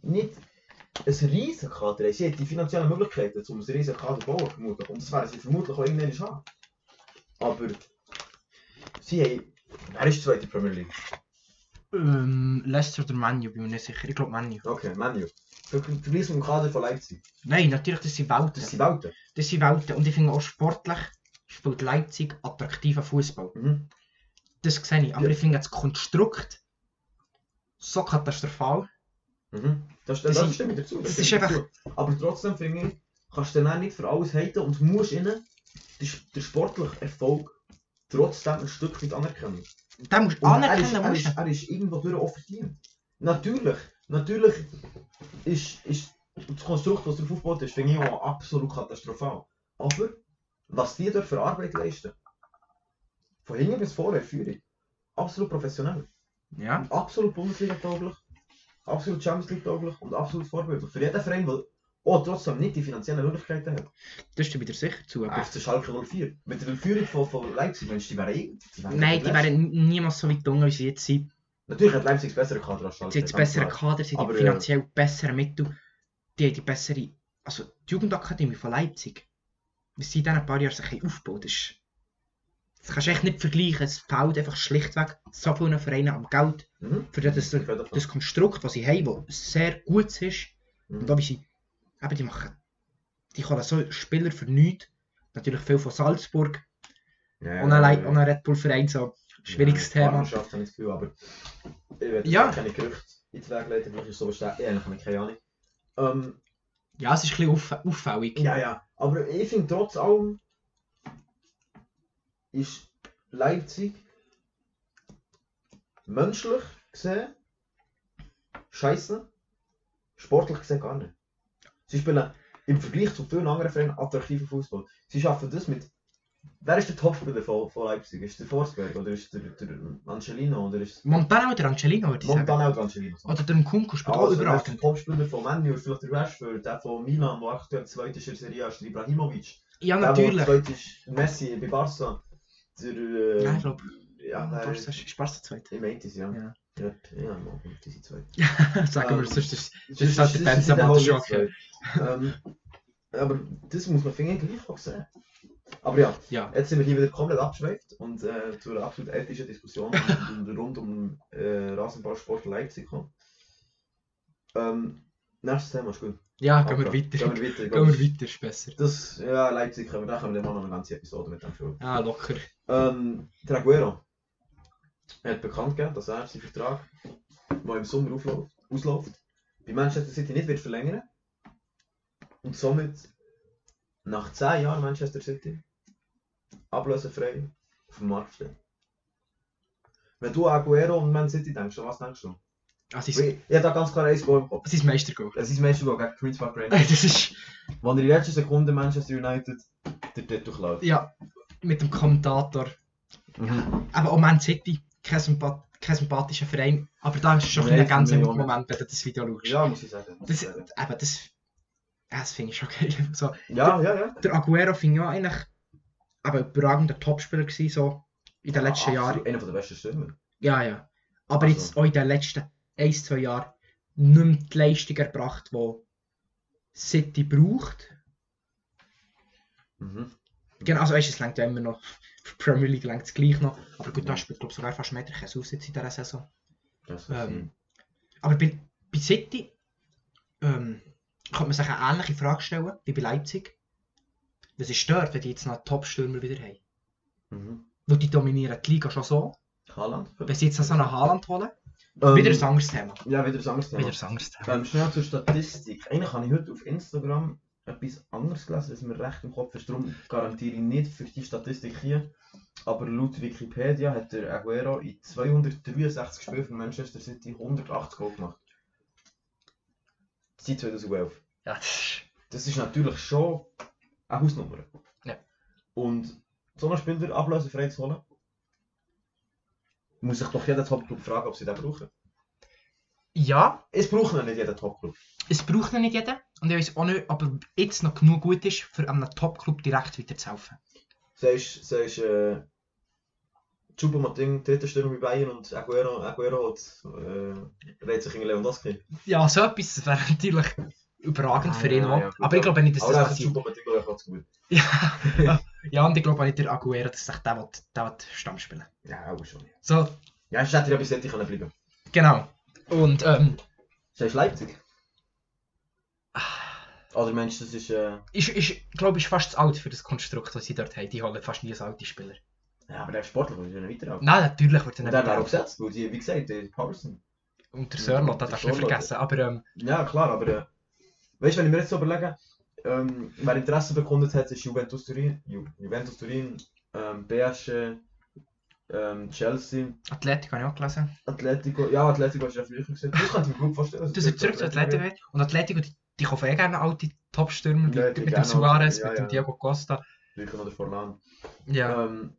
nicht ein riesen Kader haben. Sie hat die finanziellen Möglichkeiten, um ein riesen Kader zu bauen, vermutlich. Und das werden sie vermutlich auch irgendwann haben. Aber sie haben... Wer ist zweite Premier League?
ähm, Leicester oder Manu, bin mir nicht sicher. Ich glaube Manu.
Okay, Manu. Ver- Vergleich mit dem Kader von Leipzig.
Nein, natürlich, das sind Welten.
Das sind Welten.
Das sind Welten. Und ich finde auch sportlich spielt Leipzig attraktiven Fußball.
Mhm.
Das sehe ich. Aber
Ja.
ich finde das Konstrukt so katastrophal.
Mhm. Das,
Das
das, das
ist-
stimmt dazu. Das
das ist
stimmt
einfach-
dazu. Aber trotzdem finde ich, kannst du dann auch nicht für alles haten und musst ihnen den, den sportlichen Erfolg trotzdem ein Stück weit anerkennen.
Da musst du
Und
anerkennen.
er, ist,
musst du.
er, ist, er ist irgendwo durch auch verdient. Natürlich, natürlich ist, ist das Konstrukt, was drauf aufbaut, ist, finde ich auch absolut katastrophal. Aber was die dort für Arbeit leisten, von hinten bis vorne, Führung, absolut professionell.
Ja.
Absolut Bundesliga-tauglich, absolut Champions League-tauglich und absolut vorbildlich. Für jeden Verein, der auch trotzdem nicht die finanziellen Möglichkeiten hat.
Das ist wieder sicher zu. Aber
Aber FC Schalke 04. Mit der Führung von, von Leipzig, Mensch, die wären eh- die wären
Nein, die wären niemals so weit unten, wie sie jetzt sind.
Natürlich hat Leipzig bessere Kader als Schalke.
Sie haben das
ganz
bessere
klar.
Kader, sie haben
Aber,
die
äh,
finanziell bessere Mittel, die haben die bessere. Also die Jugendakademie von Leipzig, wie sie in diesen paar Jahren sich haben aufgebaut ist. Das kannst du echt nicht vergleichen. Es fehlt einfach schlichtweg so vielen Vereinen am Geld.
Mhm.
Für das, das,
Ich rede davon.
das Konstrukt, das sie haben, das sehr gut ist. Und da
Mhm.
wie sie, eben die machen, die holen so Spieler für nichts. Natürlich viel von Salzburg,
Ja,
und allein
ja.
an einem Red Bull Verein, so
Ja,
schwieriges Thema.
Partnerschaft habe ich das Gefühl, aber ich werde
Ja.
ja. keine Gerüchte in die Wege leiten, vielleicht ist es so bestätigt. Ja, ich habe keine Ahnung. Ähm,
Ja, es ist ein bisschen auff- auffällig.
Ja, ja. Aber ich finde trotz allem ist Leipzig menschlich gesehen scheiße. Sportlich gesehen gar nicht. Sie spielen im Vergleich zu vielen anderen Vereinen attraktiven Fußball. Sie schaffen das mit. Wer ist der Topspieler von, von Leipzig? Ist der Forsberg oder ist der, der Angelino oder ist
Montana oder Angelino würde ich sagen.
Montanel Angelino?
Oder der Nkunku spielt auch
Also, der
überragend.
Topspieler von Man U ist vielleicht der Rashford, der von Milan, der aktuell zweite ist in der Serie A, ist, der Ibrahimovic.
Ja,
Ja, der
natürlich.
zweite ist Messi bei Barca. Der, äh,
Ja, ich glaube,
ja, der,
Barca ist Barca zweit.
ich meinte es, ja.
Ja.
Ja, ja, mal, die sind zwei.
Sagen wir,
Ähm,
sonst ist
Das
ist halt der Benzema
sind
der
auch die zwei. Ähm, Aber das muss man finde ich gleich auch sehen. Aber ja,
Ja,
jetzt sind wir hier wieder komplett abgeschweift und äh, zu einer absolut ethischen Diskussion rund um äh, Rasenballsport Leipzig kommen. Ähm, nächstes Thema ist gut.
ja gehen wir
Okay, Gehen
weiter.
wir weiter.
Gehen wir weiter, ist besser.
Das, ja, Leipzig können wir, da können wir dann noch eine ganze Episode mit dem füllen.
Ah, locker.
Ähm, der Aguero hat bekannt gegeben, dass er seinen Vertrag, der im Sommer aufläuft, ausläuft, bei Manchester City nicht wird verlängern und somit nach 10 Jahren Manchester City ablösefrei auf dem Markt steht. Wenn du an Aguero und Man City denkst, an was denkst du?
Ah,
Ich,
sein
ich habe da ganz klar ein Goal im Kopf.
sein Meistergoal.
Es ist Manchester gegen Queen's Park Rangers,
Das ist,
wo er in letzter Sekunde Manchester United den Titel klaut.
ja, mit dem Kommentator.
Mhm.
Aber auch Man City, kein, Sympath kein sympathischer Verein. Aber da ist schon
Nein,
ein ganz
für mich
im
auch nicht.
Moment, wenn du das Video schaust.
Ja, muss ich sagen. muss
Das,
ich sagen.
eben, das, ja, das finde ich schon geil. So,
Ja, ja, ja.
der Aguero finde ich auch eigentlich aber überragender Topspieler gewesen, so in den
Ah,
letzten Jahren.
Einer der besten Stürmer.
Ja, ja. Aber
Also.
jetzt auch in den letzten 1, 2 Jahren nicht mehr die Leistung erbracht, die City braucht.
Mhm.
Genau, also weißt, du, es längt ja immer noch. Für die Premier League längt es gleich noch. Aber gut, da spielt glaube ich sogar fast mehr Jesus jetzt in dieser Saison.
Das ist
Ähm, aber bei, bei City ähm, kann man sich eine ähnliche Frage stellen wie bei Leipzig. Was ist stört, wenn die jetzt noch Top-Stürmer wieder haben?
mhm.
Weil die dominieren die Liga schon so.
Haaland.
Wenn sie jetzt noch so einen Haaland holen,
Ähm,
wieder ein anderes Thema.
Ja, wieder ein anderes Thema.
Wieder ein anderes Thema.
Ähm, schnell zur Statistik. Eigentlich habe ich heute auf Instagram etwas anderes gelesen, was mir recht im Kopf ist. Darum garantiere ich nicht für die Statistik hier. Aber laut Wikipedia hat der Aguero in 263 Spielen für Manchester City 180 Goal gemacht. Seit 2011.
Ja, das ist-
Das ist natürlich schon eine Hausnummer.
Ja.
Und so einen Spieler ablösefrei zu holen, muss sich doch jeder Topclub fragen, ob sie den brauchen.
ja,
Es braucht noch nicht jeder Topclub.
es braucht noch nicht jeder. Und ich weiß auch nicht, ob er jetzt noch genug gut ist, für einem Top-Club direkt weiterzuhelfen.
Sagst du, äh, Chupa Martin, dritter Stürmer bei Bayern und Aguero, Aguero hat, äh, redet sich gegen Lewandowski.
Ja, so etwas das wäre natürlich überragend
Ah,
für ihn
ja,
auch.
ja, gut,
aber ich
ja.
glaube nicht, dass
Aber
das
das
passiert.
Chupa Martin auch ganz gut.
Ja, ja und ich glaube auch nicht, der Aguero, dass sich der, will- der will Stamm spielen
Ja, auch schon.
So,
Ja, sonst hätte er ja bis City können bleiben.
genau. Und ähm,
Sagst du Leipzig?
Ah.
Oder meinst du, das ist, äh,
ist, ist glaube ich, fast zu alt für das Konstrukt, das sie dort haben. Die holen fast nie so alte Spieler.
ja, aber der Sportler kommt ja nicht weiter.
Nein, natürlich wird
Und
er nicht
dann wäre
mehr-
auch gesetzt, weil die, wie gesagt, die Paulsen.
Und der Sörlot,
Der
das darfst du nicht
Sörlot.
vergessen. Aber ähm,
Ja, klar, aber. Äh, weißt du, wenn ich mir jetzt so überlege, ähm, wer Interesse bekundet hat, ist Juventus Turin, Ju Juventus Turin, ähm, PSG, ähm, Chelsea,
Atletico habe ich auch gelesen.
Atletico. Ja, Atletico ist ja früher gesehen. Das könnte ich mir gut vorstellen. dass
Das ist zurück zu
eh,
Atletico. geht. Und Atletico, die, die kaufen eh gerne alte Topstürmer
Ja,
mit,
die
mit dem
gerne
Suarez,
alte, ja,
mit dem
ja.
Diego Costa.
Brücken oder Forlan.
Ja.
Ähm,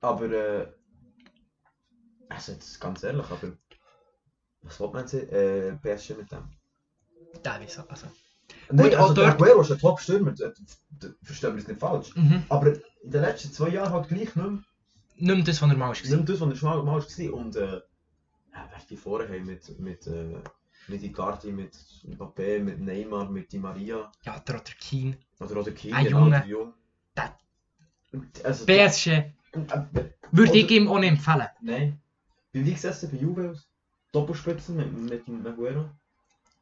aber. Äh, also, jetzt ganz ehrlich, aber. Was wollte man jetzt? Äh, PSG mit dem?
Der ist so- also.
Nein,
auch
also, der
dort-
Aguero ist ein Top-Stürmer. äh, Verstehen wir das nicht falsch.
Mhm.
Aber in den letzten zwei Jahren halt gleich nicht mehr,
Nicht mehr das, was er mal war.
nicht mehr das, was er schon mal, mal war. Und äh, ja, wer die vorher haben mit, mit, äh, mit Icardi, mit Mbappé, mit Neymar, mit Di Maria.
Ja, der Rotter Keane.
Oder Roger King,
Ah,
genau,
Junge.
der Jung.
Dat-
Und, Also,
PSG
äh,
würde
Oder-
ich ihm auch nicht empfehlen.
nein. Wie liegt es bei Juve? Doppelspitzen mit, mit Maguero?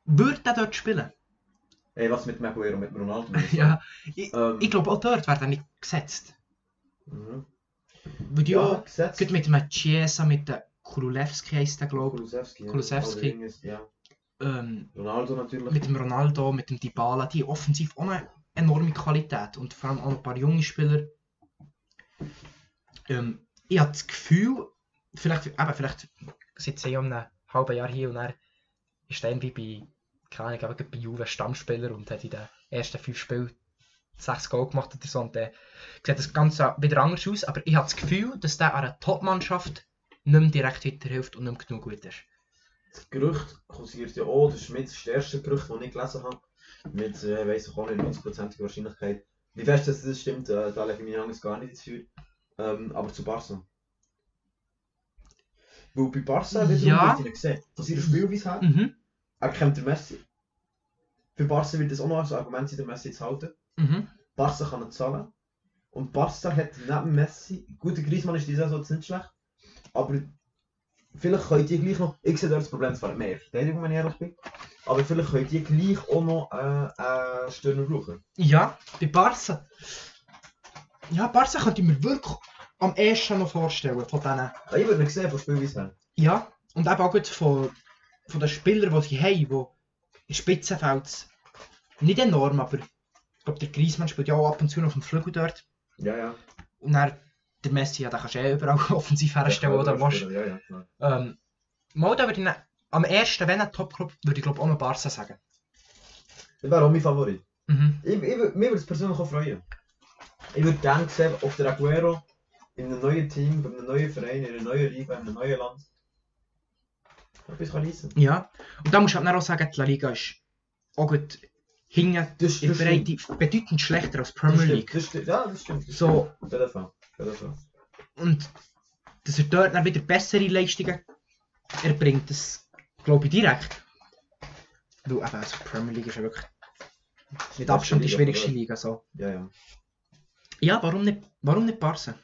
Würde er dort spielen?
Ey, Äh, was mit Maguero, mit Ronaldo? meinst du?
ja.
Ähm,
Ich glaube, auch dort wäre er nicht gesetzt.
mhm.
Weil die
Ja,
auch,
gesetzt.
gut mit dem Chiesa, mit dem Kululewski heisst der, glaube
Kulusevski. ja.
Kulusevski.
Oder irgendwas, Ja.
ich. Ähm,
Ronaldo natürlich.
mit dem Ronaldo, mit dem Dybala, die haben offensiv auch eine enorme Qualität und vor allem auch noch ein paar junge Spieler. Ähm, ich habe das Gefühl, vielleicht, eben, vielleicht sitze ich um einem halben Jahr hier und er ist dann wie bei, keine Ahnung, eben bei Juve Stammspieler und hat in den ersten fünf Spielen sechs Goal gemacht oder so und dann sieht das Ganze wieder anders aus, aber ich habe das Gefühl, dass der an einer Top-Mannschaft nicht mehr direkt weiterhilft und nicht mehr genug gut ist.
Das Gerücht kursiert ja auch, das ist mit das stärkste Gerücht, das ich gelesen habe. Mit, äh, weiss ich auch nicht, 90%iger Wahrscheinlichkeit. Wie fest dass das stimmt, äh, da lege ich meine Angst gar nicht ins Feuer. Ähm, aber zu Barca. Weil bei Barca wiederum
Ja.
wird er gesehen. Von seiner Spielweise her
Mhm,
erkennt der Messi. Für Barca wird das auch noch als Argument sein, den Messi zu halten.
mhm.
Barca kann ihn zahlen. Und Barca hat neben Messi, gut, der Griezmann ist diese Saison jetzt nicht schlecht, aber vielleicht können die gleich noch, ich sehe da das Problem zwar mehr Verteidigung, wenn ich ehrlich bin, aber vielleicht können die gleich auch noch äh, äh, Stürmer brauchen.
Ja, bei Barca. Ja, Barca könnte ich mir wirklich am ersten noch vorstellen von denen.
Ja, ich würde ihn sehen, von Spielweise her.
Ja, und eben auch gut von, von den Spielern, die sie haben, die in Spitzenfeld nicht enorm, aber ich glaube, der Griezmann spielt ja auch ab und zu noch auf dem Flügel dort.
Ja, ja.
Und dann der Messi, ja, den kannst du eh überall offensiv herstellen,
Ja,
oder?
klar,
Willst.
Ja, ja, klar.
Ähm, mal da würde ich ihn- am ersten, wenn ein Top-Club, würde ich glaube auch noch Barca sagen.
Das wäre auch mein Favorit.
Mhm.
Ich, ich, wür- mich würde es persönlich auch freuen. Ich würde gerne sehen, ob der Aguero in einem neuen Team, bei einem neuen Verein, in einer neuen Liga, in einem neuen Land etwas kann reissen kann.
Ja, und da musst du halt dann auch sagen, die La Liga ist auch gut hinten
Das,
in der Breite bedeutend schlechter als Premier League.
Das stimmt, ja, das stimmt.
So,
Auf jeden Fall. Auf jeden Fall.
und dass er dort dann wieder bessere Leistungen erbringt, das glaube ich direkt. Weil eben, also die Premier League ist ja wirklich mit Abstand die schwierigste Liga. So.
Ja, ja.
Ja, warum nicht, warum nicht Barca?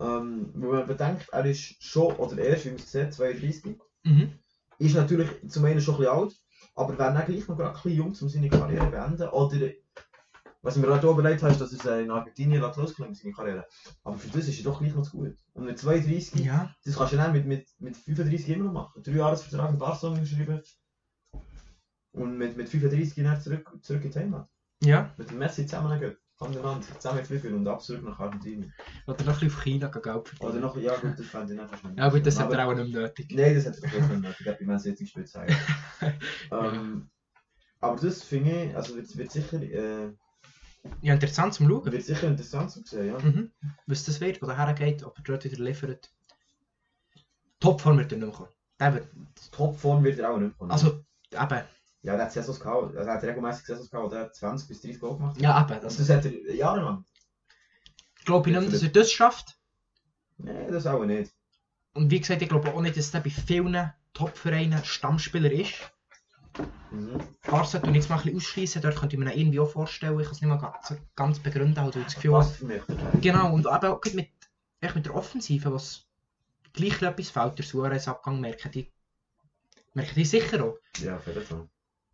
Ähm, wenn man bedenkt, er ist schon, oder er ist, wie man es sieht, 32.
Mhm.
Ist natürlich zum einen schon ein bisschen alt, aber wäre dann gleich noch gerade ein bisschen jung, um seine Karriere zu beenden. Oder, was ich mir gerade überlegt habe, ist, dass er es in Argentinien lässt losgenommen seine Karriere. Aber für das ist er doch gleich noch zu gut. Und mit 32,
Ja.
das kannst du dann mit, mit, mit 35 immer noch machen. Drei Jahresvertrag mit Barcelona geschrieben. Und mit, mit 35 dann zurück, zurück ins Heimat.
Ja.
Mit dem Messi zusammen gehen. Hand in Hand. Zusammen fliegen und absolut nach Argentinien.
Oder noch ein bisschen auf China gehen, Geld verdienen.
Oder noch, ja gut, das fände ich einfach schön.
Ja gut, das hat
Aber-
er auch nicht nötig.
Nein, das hätte ich auch können. Ich habe bei Messi jetzt gespielt. sagen. ähm, aber das finde ich, also wird, wird, sicher, äh,
Ja, interessant zum Schauen.
wird sicher interessant zu sehen, ja.
Mhm. Was das wird, wo der hergeht, ob er dort wieder liefert. Topform wird er nicht mehr kommen. Der wird,
Topform wird er auch nicht kommen.
also, eben,
ja, der hat Saisons gehabt, also er hat regelmäßig Saisons gehabt, der hat 20 bis 30 Goal gemacht.
ja eben,
Also
also,
das hat er jahrelang.
glaube ich nicht, dass er das schafft.
Nein, das auch nicht.
Und wie gesagt, ich glaube auch nicht, dass der bei vielen Topvereinen Stammspieler ist.
Mhm.
Barca tue ich jetzt mal ein bisschen ausschließen, dort könnte ich mir ihn irgendwie auch vorstellen, ich kann es nicht mal ganz, ganz begründen, halt, weil das Gefühl
Passt für mich.
Genau, und eben auch gerade mit, echt mit der Offensive, was gleich etwas fehlt, der Suarez-Abgang merken die, merken die sicher auch.
Ja, auf jeden Fall.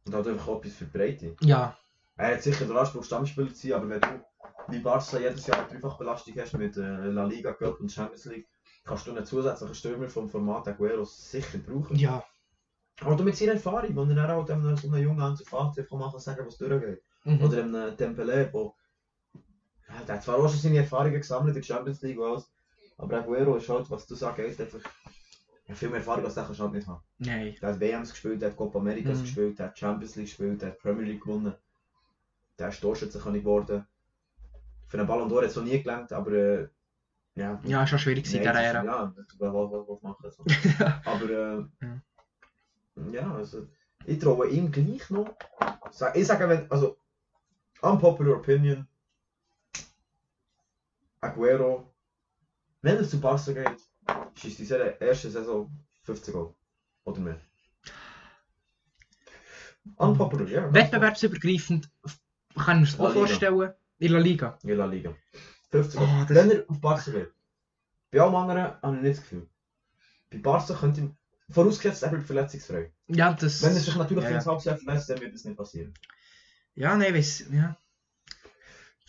Und hat einfach auch etwas für die Breite.
Ja,
Er hat sicher den Anspruch, Stammspieler zu sein, aber wenn du wie Barca jedes Jahr eine Dreifachbelastung hast mit äh, La Liga, Cup und Champions League, kannst du einen zusätzlichen Stürmer vom Format Aguero sicher brauchen.
ja.
Aber du mit seiner Erfahrung, wenn er dann halt einem, so einen jungen Anzug kann machen, sagen, was durchgeht.
Mhm.
Oder einem Tempelé, wo ja, der hat zwar auch schon seine Erfahrungen gesammelt in der Champions League und alles, aber Aguero ist halt, was du sagst, einfach ja, viel mehr Erfahrung als der kannst du halt nicht haben.
Nein.
Der hat WMs gespielt, der hat Copa Americas
Mhm.
gespielt, der hat Champions League gespielt, der hat Premier League gewonnen. Der ist Torschützenkönig geworden. Für einen Ballon d'Or hat es noch nie gelangt, aber äh, ja.
Ja, schon schwierig in
Nein,
dieser
das ist-
Ära.
Ja, das- was was- was machen so. Aber äh,
Ja.
ja, also ich traue ihm gleich noch. Sag- Ich sage, wenn, also unpopular opinion, Aguero, wenn er zu Barca geht, schießt in seiner ersten Saison 15 Goal. Oder mehr. Unpopular, ja. ganz
Wettbewerbsübergreifend f- kann ich mir das
La
auch
Liga.
vorstellen. In La Liga.
klar. In La Liga. 15 Goal.
Oh, das,
Wenn er auf Barca will. Bei allem anderen habe ich nicht das Gefühl. Bei Barca könnte ihm. Vorausgesetzt, er bleibt verletzungsfrei.
ja, das.
Wenn er sich natürlich
ja,
für
ja.
das Halbjahr verletzt, dann wird das nicht passieren.
Ja, nein, weiss. Ja.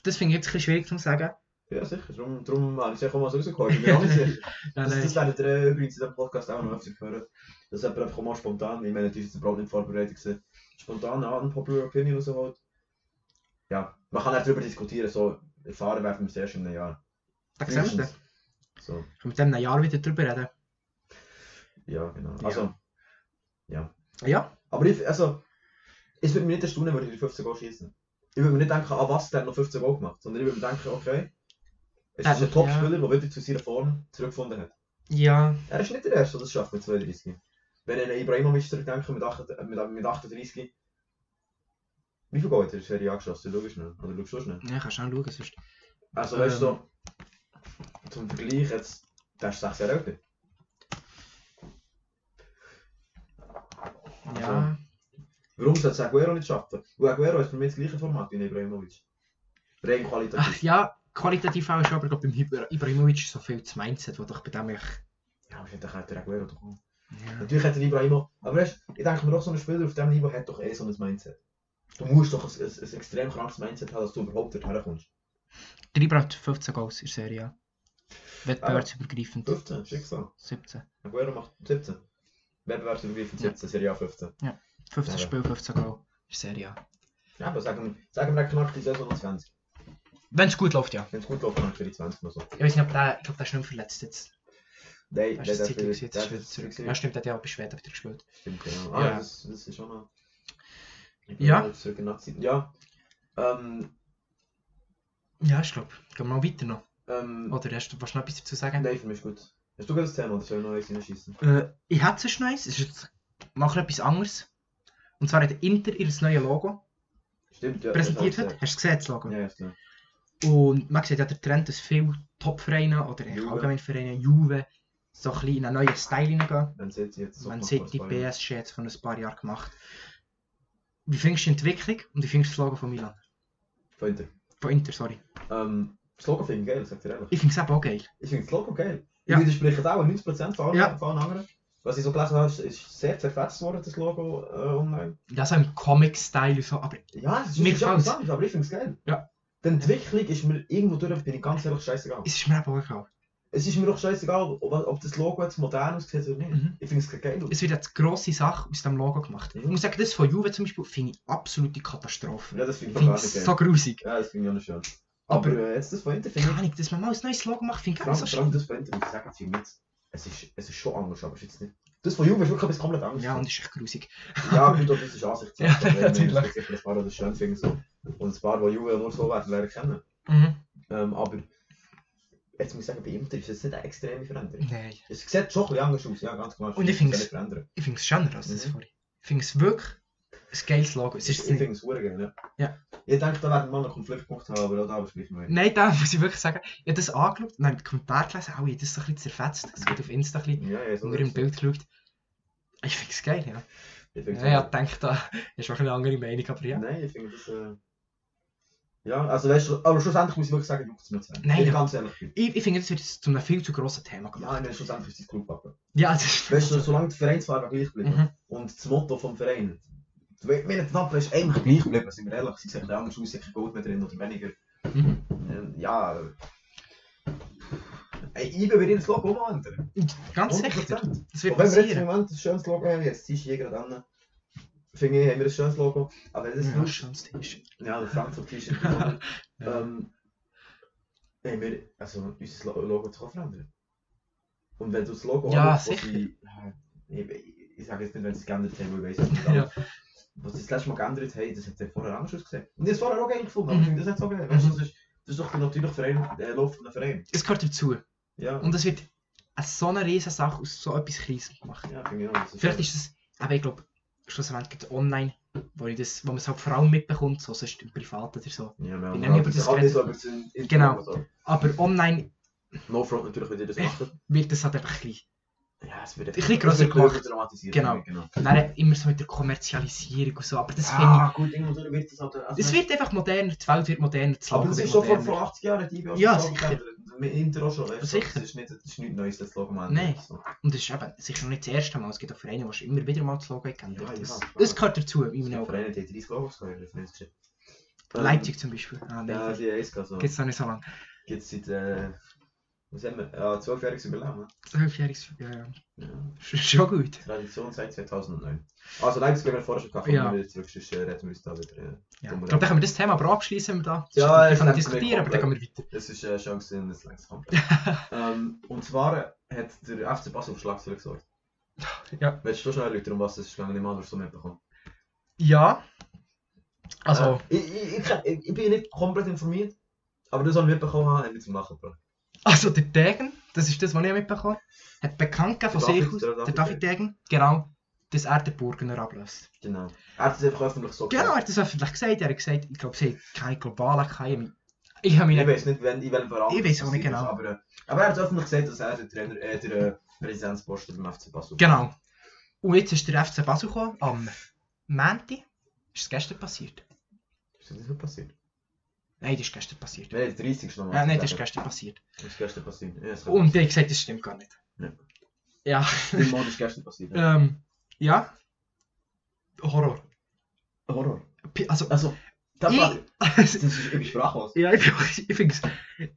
Das finde ich jetzt ein bisschen schwierig zu sagen.
Ja, sicher. Darum, darum habe ich es auch mal so rausgeholt. Ich bin auch nicht sicher.
Nein,
Das,
nein.
das werdet ihr äh, übrigens in diesem Podcast auch noch öfter hören. Das hat einfach mal spontan, ich meine, das ist überhaupt nicht vorbereitet gewesen, spontan eine unpopular Opinion rausholt. Ja, man kann auch darüber diskutieren, so erfahren werden wir es erst in einem Jahr.
Da sehen wir
Mindestens.
dann.
So,
Mit dem Jahr wieder drüber reden.
ja, genau. Also,
Ja,
aber ich, also, es würde mich nicht erstaunen, würde ich die 15 Goal schießen. Ich würde mir nicht denken, ah was, der hat noch 15 Goal gemacht, sondern ich würde mir denken, okay, es
Äh, Ja,
ist ein Top-Spieler, der wieder zu seiner Form zurückgefunden hat.
ja,
Er ist nicht der Erste, der das schafft mit 32. Wenn er an Ibrahimovic zurückdenken mit, 8, äh, mit, mit 38. Wie viel Goal hat er in der Serie A geschossen? Du schaust nicht. Oder schaust du nicht?
ja kannst du auch schauen. Sonst.
Also weißt du,
Ähm.
so, zum Vergleich jetzt, der ist 6 Jahre älter. Also,
Ja,
Warum soll es Aguero nicht schaffen? Weil Aguero ist für mich das gleiche Format wie Ibrahimovic. Rein qualitativ.
Ach, ja qualitativ auch schon, aber ich glaube, beim Ibra- Ibrahimovic ist so viel das Mindset, das doch bei dem echt.
Ja, aber ich hätte der Aguero doch auch.
Ja.
Natürlich hat er Ibrahimo. Aber weißt, du, ich denke mir doch, so ein Spieler auf diesem Niveau hat doch eh so ein Mindset. Du musst doch ein, ein, ein extrem krankes Mindset haben, dass du überhaupt dorthin kommst.
Der Ibra hat 15 Goals in der Serie. A. Wettbewerbsübergreifend
15, Schicksal.
17.
Aguero macht 17. Wettbewerbsübergreifend
Ja.
17, Serie A 15.
15
Ja.
Spiel, 15 Goal in der Serie. A.
Ja, aber sagen, wir- sagen wir knapp die Saison noch 20.
Wenn es gut läuft, ja.
Wenn es gut läuft, dann für die 20 mal so.
Ich weiß nicht, ob der, ich glaube, der ist nicht mehr verletzt jetzt.
Nein,
Der
nein, der
ist jetzt
ist
Titel
wieder-
jetzt
der
ist
ist
er
wieder
zurück.
zurück.
Ja, stimmt, der hat ja auch bei Schweden wieder gespielt.
Stimmt, genau. Ah,
Ja.
das, das ist schon noch. Ich
Ja.
mal Zurück in die Nazi. Ja. Ähm,
Ja, ich glaube. Gehen wir mal weiter noch.
ähm,
Oder hast du was noch etwas dazu sagen?
nein, für mich ist gut. Hast du gerade das Thema oder soll ich noch eins hineinschießen?
Äh, ich hätte sonst noch eins. Es ist jetzt mal etwas anderes. Und zwar hat Inter ihr neues Logo
Stimmt, ja.
präsentiert.
das
Hat.
hab
Hast du es gesehen, das
ich
Logo?
gesehen. Ja, ist klar.
Und man sieht ja den Trend, dass viele Top-Vereine oder eigentlich
Juve.
allgemein Vereine, Juve, so ein bisschen in einen neuen Style hineingehen.
Man sieht jetzt so.
Man
fast
sieht
was
die
bei mir.
PSG jetzt von ein paar Jahren gemacht. Wie findest du die Entwicklung und wie findest du das Logo von Milan?
Von Inter.
Von Inter, sorry.
Ähm, das Logo finde ich geil, sagt ihr ehrlich.
Ich finde es eben auch geil.
Ich finde das Logo geil.
Ja.
Ich widerspreche auch 90% von allen,
Ja.
von allen anderen. Was ich so gelesen habe, ist, ist sehr zerfetzt worden, das Logo äh, online.
Ja, so im Comic-Style und so, aber
Ja, es ist
Mir
es ist ja
gefällt's.
was anderes, aber ich finde es geil.
Ja.
Die Entwicklung ist mir irgendwo durch, bin ich ganz ehrlich scheißegal.
es ist mir eben auch egal.
Es ist mir doch scheißegal, ob, ob das Logo jetzt modern aussieht oder nicht.
Mhm.
Ich finde es geil. aus.
Es wird jetzt grosse Sache aus dem Logo gemacht. Ich muss sagen, das von Juve zum Beispiel finde ich absolute Katastrophe.
Ja, das finde
Ich
ich auch gar
finde
nicht
es
geil.
so grusig.
Ja, das finde ich auch nicht schön.
Aber-
Aber, äh, jetzt das von Inter
Keine
finde
Ahnung, dass man mal ein neues Logo macht, finde
ich.
ich gar
Vor
nicht so
allem- vor allem
schlimm.
das von Inter, muss ich sagen, finde ich jetzt. Es ist, es ist schon anders, aber es ist jetzt nicht. Das von Juve ist wirklich etwas komplett anderes.
Ja, und es ist echt grusig.
Ja, gut, aber das ist Ansichtssache.
Ja,
Aber ich meine,
natürlich.
Es gibt sicher ein paar, die das schön finden. So. Und ein paar, die Juve nur so werden lernen kennen.
Mhm.
Ähm, aber jetzt muss ich sagen, bei Inter ist es nicht eine extreme Veränderung.
Nein.
Es sieht schon ein bisschen anders aus, ja, ganz klar.
Und ich
Es muss
find's-
nicht verändern.
Ich finde es schöner als das
Mhm.
vorher. Ich finde es wirklich ein geiles Logo. Es
Ich
ist es nicht.
finde es super geil, ja.
Ja.
Ich denke, da werden wir mal einen Konfliktpunkt haben, aber auch da besprechen wir. nicht.
Nein, da muss ich wirklich sagen, ich habe das angeschaut und habe die Kommentare gelesen, auch ich habe das so ein bisschen zerfetzt. Es wird auf Insta ein bisschen
Ja, ja, so
unter im
ist es.
Bild geschaut. Ich finde es geil, ja.
Ich find's
Ja, ja,
auch-
ich denke, da ist auch eine andere Meinung, aber ja.
Nein, ich finde das. Äh... Ja, also weißt du, aber schlussendlich muss ich wirklich sagen, juckt es mir zu
Nein,
Wenn ich
ja.
ganz ehrlich bin.
Ich, ich finde, das wird zu einem viel zu grossen Thema
Ja,
gemacht.
nein, schlussendlich ist es cool, Papa.
Ja, das ist.
Weißt du, solange die Vereinsfarbe gleich bleibt.
Mhm.
Und das Motto vom Verein. Wenn der Tappe ist eigentlich gleich geblieben, sind wir ehrlich, sie sehen anders aus, sicher Gold mehr drin oder weniger.
Mhm.
Ähm, Ja. Ey, ich will wieder das Logo umändern.
Ganz
100%.
sicher.
Und
Das wird
wenn wir jetzt im
passieren.
Moment ein schönes Logo haben, jetzt ziehst du hier gerade an. Finde ich, haben wir ein schönes Logo. Aber das ist
Ja,
lustig.
schönes T-Shirt.
Ja, der Frankfurt-T-Shirt.
Ja.
ähm, haben wir, also unser Lo- Logo zu verändern. Und wenn du das Logo
Ja,
anschaust, was
sicher.
sie- ja, ich, ich sage jetzt nicht, wenn sie es geändert haben, weil ich weiß es nicht.
Ja.
aber Was sie das letzte Mal geändert haben, das hat ja vorher anders ausgesehen. Und ich habe es vorher auch geil gefunden, aber
Mhm.
ich finde das nicht so geil. Weißt du,
Mhm.
das ist, das ist doch der natürliche Verein, der Lauf von einem Verein.
Es gehört dazu.
Ja,
Und es wird eine so eine riesen Sache aus so etwas Kleines gemacht.
ja finde ich auch. Das ist
Vielleicht ist es, aber ich glaube, schlussendlich gibt es online, wo, ich das, wo man es halt vor allem mitbekommt, so sonst im Privaten oder so.
ja, wir
ich
haben
nehme
auch-
aber das
kann nicht so
Gerät-
über das Internet
Genau.
und so.
Aber online
No front natürlich, wenn ihr das
Ja.
macht.
wird das halt einfach klein.
dus Ja, es wird
Ein bisschen grösser gemacht.
dramatisiert.
Genau.
genau.
Dann immer so mit der Kommerzialisierung und so, aber das finde
Ja, gut, irgendwo durch wird es halt.
ich...
Also,
Es wird einfach moderner, die Welt wird moderner, das
aber
Leben
das
wird
ist schon vor,
moderner.
vor 80 Jahren, die IBA.
Ja, sicher.
sicher. Mit Inter auch schon, weißt du?
Sicher.
Das ist, nicht, das ist nichts Neues, das Logo am
Nein.
So.
Und das ist eben sicher noch nicht das erste Mal, es gibt auch Vereine, die immer wieder mal das Logo geändert
Ja,
haben.
ja,
das,
klar.
das gehört dazu, in
Es
meinen
gibt
Augen.
Vereine, die haben 30 Logos gehabt, das ist nicht Ähm,
Leipzig zum Beispiel. Ah,
Ja,
nein,
die haben eins gehabt. So.
gibt es noch nicht so lange.
Gibt es seit. Äh, was haben wir? Ja, 12-jähriges Überleben.
Zwölfjähriges, ja, ja.
Ja.
Sch- äh, Schon gut.
Tradition seit 2009. Also Leipzig haben wir vorher schon gehabt,
Ja.
wenn wir wieder zurückschießen, reden wir uns da wieder. äh,
Ja.
Dumm,
Ich
ja.
glaube, dann können wir das Thema aber abschließen. wenn wir Da.
Ja,
wir
ich
können
denke,
diskutieren, aber dann gehen wir weiter.
Das ist eine Chance, in das längst kommt. ähm, und zwar hat der FC Basel auf Schlagzeug gesorgt.
Ja.
Willst du schnell erläutern, um was es ist gegangen, nicht mal so mitbekommen?
Ja. Also,
Äh, ich, ich, ich, kann- ich, ich bin nicht komplett informiert, aber das, was ich mitbekommen habe, hat mich zum Lachen gebracht.
also der Degen, das ist das, was ich mitbekommen habe, hat bekannt gegeben von
Der David-
sich aus,
der
der
David
David Degen, genau, dass er den Burgener ablöst.
Genau. Er hat es einfach öffentlich so
Genau, er
gesagt.
hat das öffentlich gesagt. Er hat gesagt, ich glaube, sie hat keine globalen keine. Ich habe
Ich
mich
weiß nicht, wenn, in welchem Verein.
Ich weiss auch nicht
das ist,
genau.
Aber, äh, aber er hat öffentlich gesagt, dass er der Trainer, äh, der äh, Präsidentsposten beim FC Basel
Genau. Und jetzt ist der FC Basel gekommen, am Mänti. Ist das gestern passiert?
Ist das nicht so passiert?
Nein, das ist gestern passiert.
Nein, der 30. nochmal.
Ja, nein, das ist Oh. gestern passiert.
Das ist gestern passiert. Ja, das
Und ich habe gesagt, das stimmt gar nicht.
Ja.
Ja.
Im Mond ist gestern passiert. ja.
Ähm, ja. Horror.
Horror.
Pi- Also,
Also, das
Äh. Ich-
war. Das ist irgendwie sprachlos.
ja, ich, ich finde es.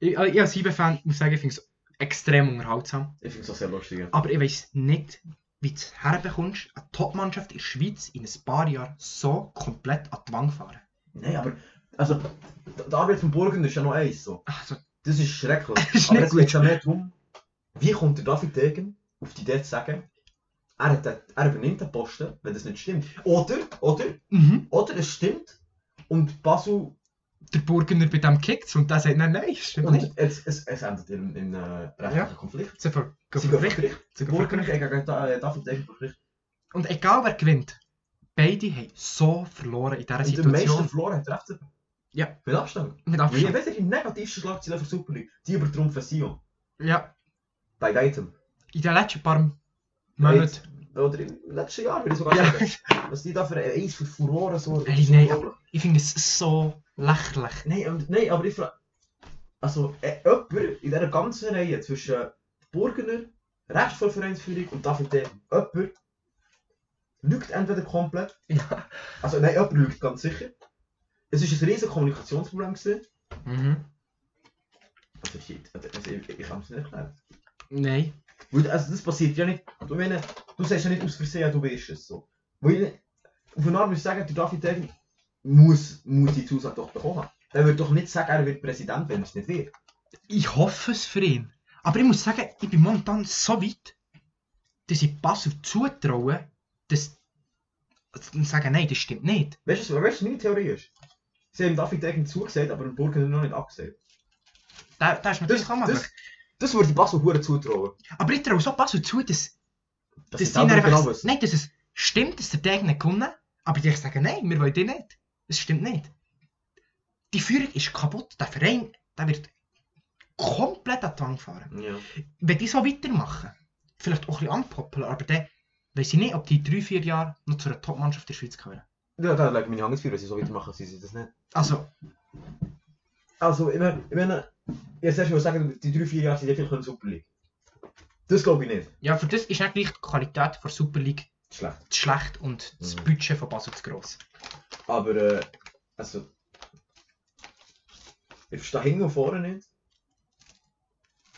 Ich, also ich als IB-Fan muss sagen, ich finde es extrem unterhaltsam.
Ich finde es auch sehr lustig. ja.
Aber ich weiß nicht, wie du es herbekommst, eine Top-Mannschaft in der Schweiz in ein paar Jahren so komplett an die Wand fahren.
Nein, aber. Also, die Arbeit von Burgen ist ja noch eins. So.
Also,
Das ist schrecklich.
Das ist
aber
nicht
es geht ja mehr darum, wie kommt der David Degen auf die Idee zu sagen, er, hat den, er übernimmt den Posten, wenn das nicht stimmt. Oder, oder,
mhm.
oder es stimmt und Basel
der Burgener bei dem kickt und der sagt, nein, nein, das stimmt nicht.
Und es, es, es endet in in äh, rechtlichen Konflikt.
Sie ver-
Sie gehen vor
verpflichten.
Gericht.
Sie
Die
gehen vor
Burger
Gericht.
gegen Da- äh, David Degen vor Gericht.
Und egal wer gewinnt, beide haben so verloren in dieser
Und der meisten
Situation.
verloren hat der FCB.
Ja.
Mit Abstand.
Mit
Weil ich
Abstand.
weiß, die negativsten Schlagzeilen von Super League, die übertrumpfen Sion.
Ja,
Bei weitem.
in den letzten paar Monaten.
Oder im letzten Jahr, würde ich sogar
Ja.
sagen. Was die da für ein Eis für Furore sorgen.
Hey,
das ist
nein,
unglaublich.
Ich finde es so lächerlich.
Nein, und, nein, aber ich frage. Also, äh, jemand in dieser ganzen Reihe zwischen äh, Burgener, Recht vor Vereinsführung und David Degen, jemand lügt entweder komplett.
Ja.
Also, nein, jemand lügt ganz sicher. Es war ein riesiges Kommunikationsproblem. Gewesen.
Mhm.
Also, shit, also, also, ich, ich kann es nicht erklären.
Nein.
Weil, also, das passiert ja nicht. Du, meine, du sagst ja nicht aus Versehen, du bist es so. Weil, auf eine Art muss ich sagen, der David Degen muss, muss die Zusage doch bekommen. Er wird doch nicht sagen, er wird Präsident, wenn er es nicht wird.
Ich hoffe es für ihn. Aber ich muss sagen, ich bin momentan so weit, dass ich Basel zutraue, dass. dass sie sagen, nein, das stimmt nicht.
Weißt du, was- weißt du, was meine Theorie ist? Sie haben David Degen zugesagt, aber den Burgener noch nicht abgesagt.
Da, da ist natürlich
Das,
auch möglich.
das, das würde Basel Huren zutrauen.
Aber ich traue so Basel zu, dass,
Das
dass sie dann einfach. Nein, dass es stimmt, dass der Tag nicht kommt. Aber die sagen, nein, wir wollen den nicht. Das stimmt nicht. Die Führung ist kaputt. Der Verein der wird komplett an die Wand fahren.
Ja.
wenn die so weitermachen, vielleicht auch ein bisschen anpoppeln, aber dann weiß ich nicht, ob die in drei, vier Jahre noch zu einer Top-Mannschaft der Schweiz gehören.
Ja, da legt meine Hand für, dass sie so weitermachen, sie sind das nicht.
Also,
Also, ich meine, ich meine, jetzt erst mal sagen, die 3-4 Jahre sind wirklich in Super League. Das glaube ich nicht.
ja, für das ist nicht gleich die Qualität der Super League
Schlecht.
zu schlecht und das
Mhm.
Budget von Basel zu gross.
Aber, äh, also. Ich verstehe hinten und vorne nicht,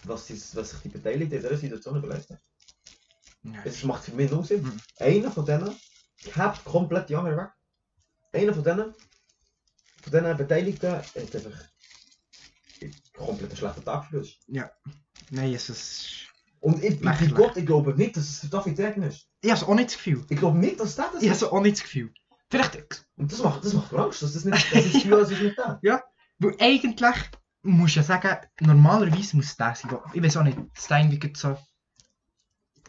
was, die, was sich die Beteiligten in dieser Situation überlegt haben.
Ja.
Es macht für mich nur Sinn.
Mhm.
Einer von denen hebt komplett die anderen weg. Einer von denen, von denen Beteiligten, hat einfach komplett einen schlechten Tag für uns.
Nein, es ist...
Und ich bin
Lächerlich.
Gott, ich glaube nicht, dass es für David Degen ist.
Ich habe so auch nicht das Gefühl.
Ich glaube nicht, dass das das
Ich
ist.
habe so auch nicht das Gefühl. Vielleicht,
Und das macht, das macht mir Angst, dass das nicht das ist. Das ist nicht der.
weil eigentlich muss ich ja sagen, normalerweise muss der sein. der- Ich weiß auch nicht, Steinweg so...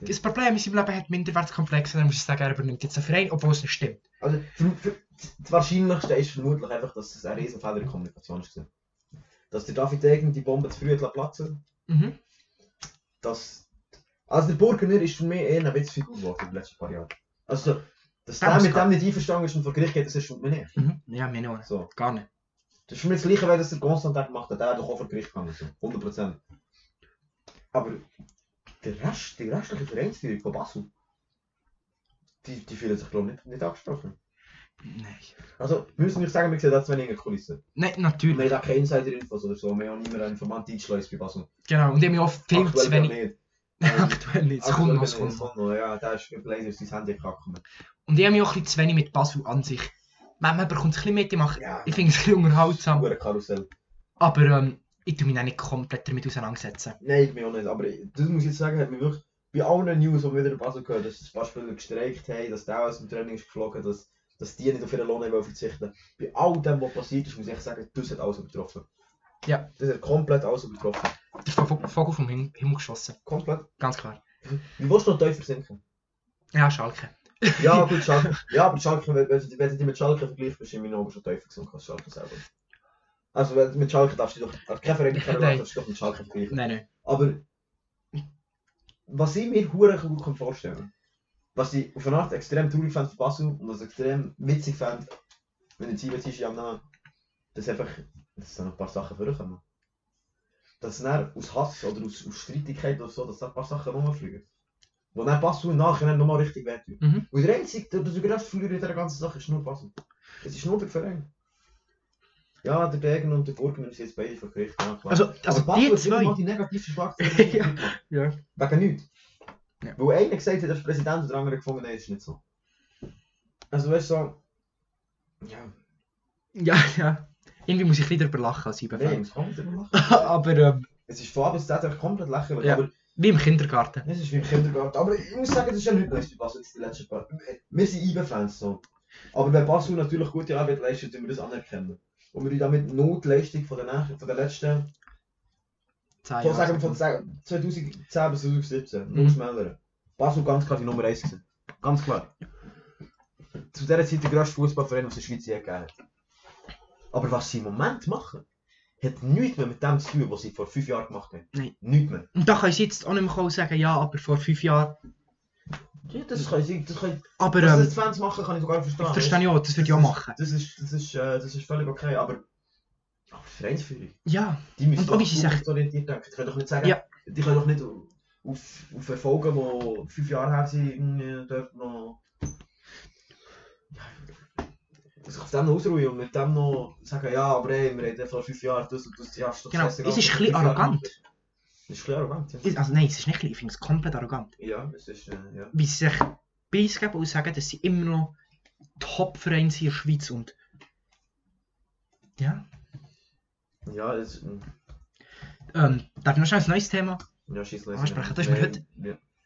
Das Problem in seinem Leben hat Minderwertskomplexe, dann muss ich sagen, er übernimmt jetzt einen Verein, obwohl es nicht stimmt.
Also, für, für, das Wahrscheinlichste ist vermutlich einfach, dass es ein Riesenfehler in der Kommunikation war. Dass der David Degen die Bombe zu früh hat lassen platzen
Mhm.
dass Also der Burgener ist für mich eher ein bisschen Figur geworden in den letzten paar Jahren. Also, dass
Ja,
der
das
mit dem
kann-
nicht einverstanden ist und vor Gericht geht, das erstaunt mich nicht.
Mhm. Ja, mir auch.
So.
Gar nicht.
Das ist für mich das Gleiche, wie das der Konstantin gemacht hat. Der wäre doch auch vor Gericht gegangen. So. 100%. Aber der Rest, die restliche Vereinsführung von Basel, die, die fühlen sich, glaube ich, nicht, nicht angesprochen.
Nein.
Also, wir müssen nicht sagen, wir sehen das zu wenig in der Kulisse.
Nein,
Wir
natürlich.
haben da keine Insider-Infos oder so. Wir haben nicht mehr einen Informant eingeschleust bei Basel.
Genau. Und ich habe auch viel
Aktuell
zu wenig.
nicht.
Aktuell nicht. Es kommt noch, es kommt noch.
noch. Ja, der ist leider sein Handy gekommen.
Und ich habe mich auch ein bisschen zu wenig mit Basel an sich. Man, man bekommt es ein bisschen mit, ich, mache-
Ja.
ich finde es ein bisschen unterhaltsam.
Hure Karussell.
Aber ähm, ich tue mich auch nicht komplett damit auseinandersetzen.
Nein, ich mir auch nicht. Aber ich- das muss ich jetzt sagen, hat mich wirklich bei allen News, die wir wieder in Basel gehört dass ein paar Spieler gestreikt haben, dass der aus dem Training ist geflogen, dass, dass die nicht auf ihren Lohn haben wollen verzichten. Bei all dem, was passiert ist, muss ich echt sagen, das hat alles übertroffen.
Ja.
Das hat komplett alles übertroffen.
Der Vo- Vogel vom Him- Himmel geschossen.
Komplett.
Ganz klar.
Wie willst du noch tiefer sinken?
Ja, Schalke.
Ja, gut, Schalke. Ja, aber Schalke, wenn, wenn, du- wenn du dich mit Schalke vergleichst, bist du immer noch schon tiefer gesunken als Schalke selber. Also wenn, mit Schalke darfst du dich doch, also kein Verein, kein Land
Nein.
darfst du dich doch mit Schalke vergleichen.
Nein, nein.
Aber was ich mir hure gut kann vorstellen kann, was ich auf eine Art extrem traurig fand für Basel und was ich extrem witzig fand, wenn ich Team ist am Namen, dass einfach, dass da noch ein paar Sachen vorkommen. Dass dann aus Hass oder aus, aus Streitigkeit oder so, dass da ein paar Sachen rumfliegen. Wo dann Basel nachher nochmal richtig wehtun.
Mhm.
Und der einzige, der den grössten Verlierer in dieser ganzen Sache ist nur Basel. Es ist nur der Verein. Ja, der Degen und der Burgner sind jetzt beide vor Gericht. ja, klar.
Also,
Also
also
Basel
die
hat immer mal
zwei.
die negativste Schlagzeile.
Ja. Ja.
Wegen nichts.
Ja.
Weil einer gesagt hat, er ist Präsident und der andere gefunden hat, ist nicht so. Also weißt du, so, ja,
Ja, ja. Irgendwie muss ich ein bisschen darüber lachen als
nein,
Cyberfan.
es kann man nicht machen.
Aber ähm,
Es ist von A bis Z echt komplett lächerlich,
Ja.
aber
wie im Kindergarten.
es ist wie im Kindergarten. Aber ich muss sagen, das ist ja nicht nice bei Basel jetzt die letzten paar. Wir sind IBE-Fans so. Aber wenn Basel natürlich gute Arbeit leistet, tun wir das anerkennen. Und wir tun damit Notleistung von der, nach- von der letzten
Zehn
Von
Jahre.
sagen, von sagen, 2010 bis 2017,
Mhm.
nur schneller. Basel ganz klar die Nummer 1 gewesen. Ganz klar. Zu dieser Zeit der grösste Fußballverein, was es in der Schweiz je gegeben hat. Aber was sie im Moment machen, hat nichts mehr mit dem zu tun, was sie vor 5 Jahren gemacht haben.
Nein.
Nichts mehr.
Und da kann ich jetzt auch nicht mehr kommen und sagen, ja, aber vor fünf Jahren.
Ja, das kann ich, das kann ich,
Aber
was
ähm,
das Fans machen, kann ich sogar verstehen.
das verstehe ich auch, das würde ich auch
Das ist-
machen.
Das ist, das ist, äh, das ist völlig okay, aber... Aber die Vereinsführung.
Ja,
Die müssen
Und ob ich sie sage-
orientiert denken. Die können doch nicht sagen,
Ja.
die können doch nicht auf, auf Erfolge, die fünf Jahre her sind, irgendwie dort noch. Ja, sich auf dem noch ausruhen und mit dem noch sagen, ja, aber ey, wir reden vor fünf Jahren, das und das, ja, das
genau.
scheißegal,
Es ist ein
vor
bisschen
fünf Jahren
arrogant.
gemacht. Es ist ein bisschen arrogant, ja.
Es- Also nein, es ist nicht ein bisschen, ich finde es komplett arrogant.
Ja, es ist, äh, ja.
Wie sie sich preisgeben und sagen, dass sie immer noch Top-Verein sind in der Schweiz und... Ja.
Ja, mm, es mh,
Ähm, darf ich noch schnell ein neues Thema?
ja, scheiß
Ah, sprechen, das ist mir heute-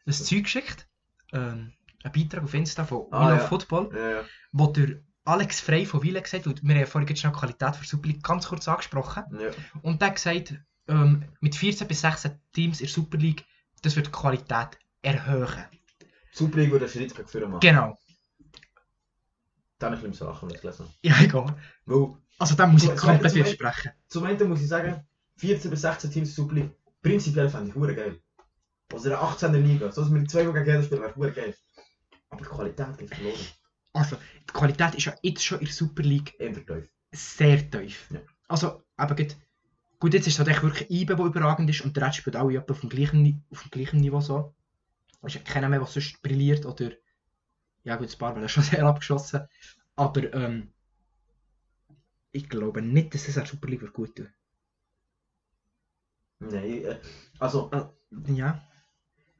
Ein Zeug geschickt. Ähm, ein Beitrag auf Insta von
Ah,
ah,
ja.
Football.
Ja, ja.
wo der Alex Frey von Wiele gesagt hat, und wir haben vorhin gerade schon die Qualität für Super League ganz kurz angesprochen,
ja.
und der hat gesagt, ähm, mit 14 bis 16 Teams in der Super League, das wird die Qualität erhöhen.
Super League würde einen Schritt gegen vorne machen.
Genau.
Dann ein bisschen im Sachen, wenn ich gelesen habe.
Ja, egal.
Weil
Also da muss ich
Ja,
komplett
zweitens-
widersprechen.
Zum einen muss ich sagen, 14 bis 16 Teams Super League, prinzipiell fände ich hure geil. Also in der 18er Liga, so dass wir die zwei gegen jeden spielen, wäre hure geil. Aber die Qualität geht verloren.
Also, die Qualität ist ja jetzt schon in der Super League
Ändert euch.
sehr tief.
Ja.
Also, eben gut, gut, jetzt ist es halt echt wirklich IBE, der überragend ist, und der Rest spielt alle etwa auf dem gleichen, Ni- auf dem gleichen Niveau so. Es ist keiner mehr, der sonst brilliert, oder... Ja gut, das Barbel ist schon sehr abgeschossen, aber ähm... Ich glaube nicht, dass es der Super League wird gut tut.
Nein, äh, also,
Ja.
ich habe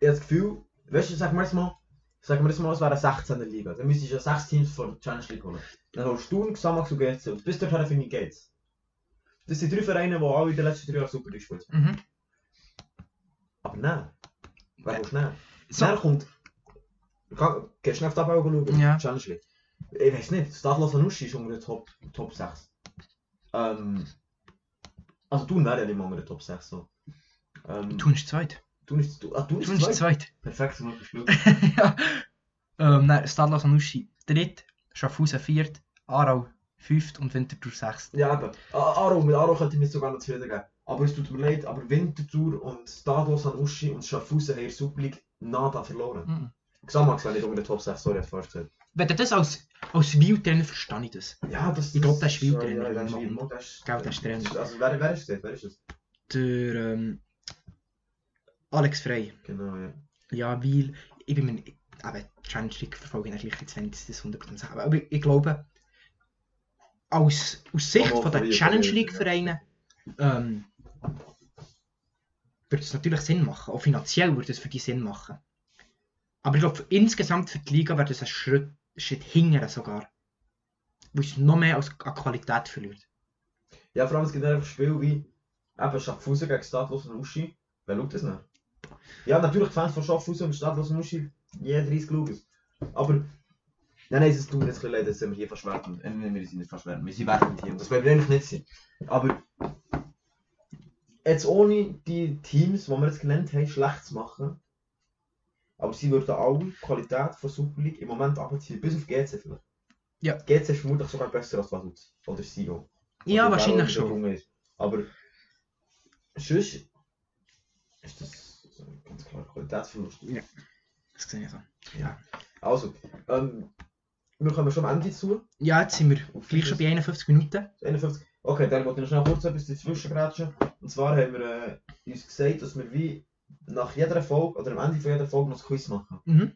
das Gefühl, weißt du, sagen wir jetzt mal, sagen wir jetzt mal, es wäre eine 16er Liga, dann müsstest du ja 6 Teams vor der Challenge League holen. Dann holst du Sturm, Xamax und GC und halt bis dorthin finde ich geht's. Das sind drei Vereine, die alle in den letzten drei Jahren Super League gespielt haben.
Mhm.
Aber nein, wer willst du nehmen?
So,
Dann kommt. Ga- Gehst du nicht auf die Abbau schauen?
Ja.
Challenge League. Ich weiß nicht, Stadlos Anuschi ist unter den Top, Top 6. Ähm, also, du wäre ja nicht mal unter den Top 6. So. Ähm,
Thun ist zweit.
du nicht. Du, ah, du
Thun ist
nicht.
zweit.
Perfekt, du hast Glück.
ja. Ähm, nein, Stadler Sanusi dritt, Schaffhausen viert, Aarau fünft und Winterthur sechst.
Ja, eben. Ah, Aro, mit Aro könnte ich mir sogar noch zufrieden geben. Aber es tut mir leid, aber Winterthur und Stadlos Anuschi und Schaffhausen haben in der Super League nada verloren.
Mhm.
Xamax wäre nicht unter den Top 6, sorry, hat falsch gesagt.
Wenn du das als, als Wheel-Trainer verstehe ich das.
Ja, das
Ich glaub, der ist
sorry,
Wildtrainer,
Ja, der
wenn
ist
man-
Wild. Der ist-
Gell, der ist Trainer.
Also, wer, wer ist das? Wer ist das?
Der ähm, Alex Frey.
Genau, ja.
Ja, weil ich bin mir nicht- eben, die Challenge League verfolge ich natürlich jetzt, wenn ich das 100% sage. Aber ich, ich glaube, aus, aus Sicht
Obwohl,
von der
verliert,
Challenge
verliert,
League
ja.
Vereinen ähm, würde es natürlich Sinn machen. Auch finanziell würde es für die Sinn machen. Aber ich glaube, insgesamt für die Liga wäre das ein Schritt, Schritt hingern sogar. Wo es noch mehr als, an Qualität verliert.
Ja, vor allem, es gibt einfach Spiele wie eben Schaffhausen gegen Stadlos und Uschi. Wer schaut das nicht? Ja, natürlich, die Fans von Schaffhausen und Stadlos und Uschi, jeder ist schaut es. Aber, nein, nein, es tut mir jetzt ein bisschen leid, dass wir hier verschwärmen. Äh, nein, wir sind nicht verschwärmen, wir sind wertend hier. und Das wollen wir eigentlich nicht sein. Aber, jetzt ohne die Teams, die wir jetzt genannt haben, schlecht zu machen, aber sie würden alle die Qualität von Super League im Moment abziehen, bis auf GC vielleicht.
Ja.
GC ist vermutlich sogar besser als Vaduz oder Sion.
Ja,
Oder
wahrscheinlich
wer auch
schon.
immer der Junge Ist. Aber sonst ist das ganz klar Qualitätsverlust.
Das sehe ich so.
Also, ähm, wir kommen schon am Ende zu.
Ja, jetzt sind wir gleich schon bei 51 Minuten.
51. Okay, dann wollte ich noch schnell kurz etwas dazwischen grätschen. Und zwar haben wir äh, uns gesagt, dass wir wie nach jeder Folge oder am Ende von jeder Folge noch ein Quiz machen.
Mhm.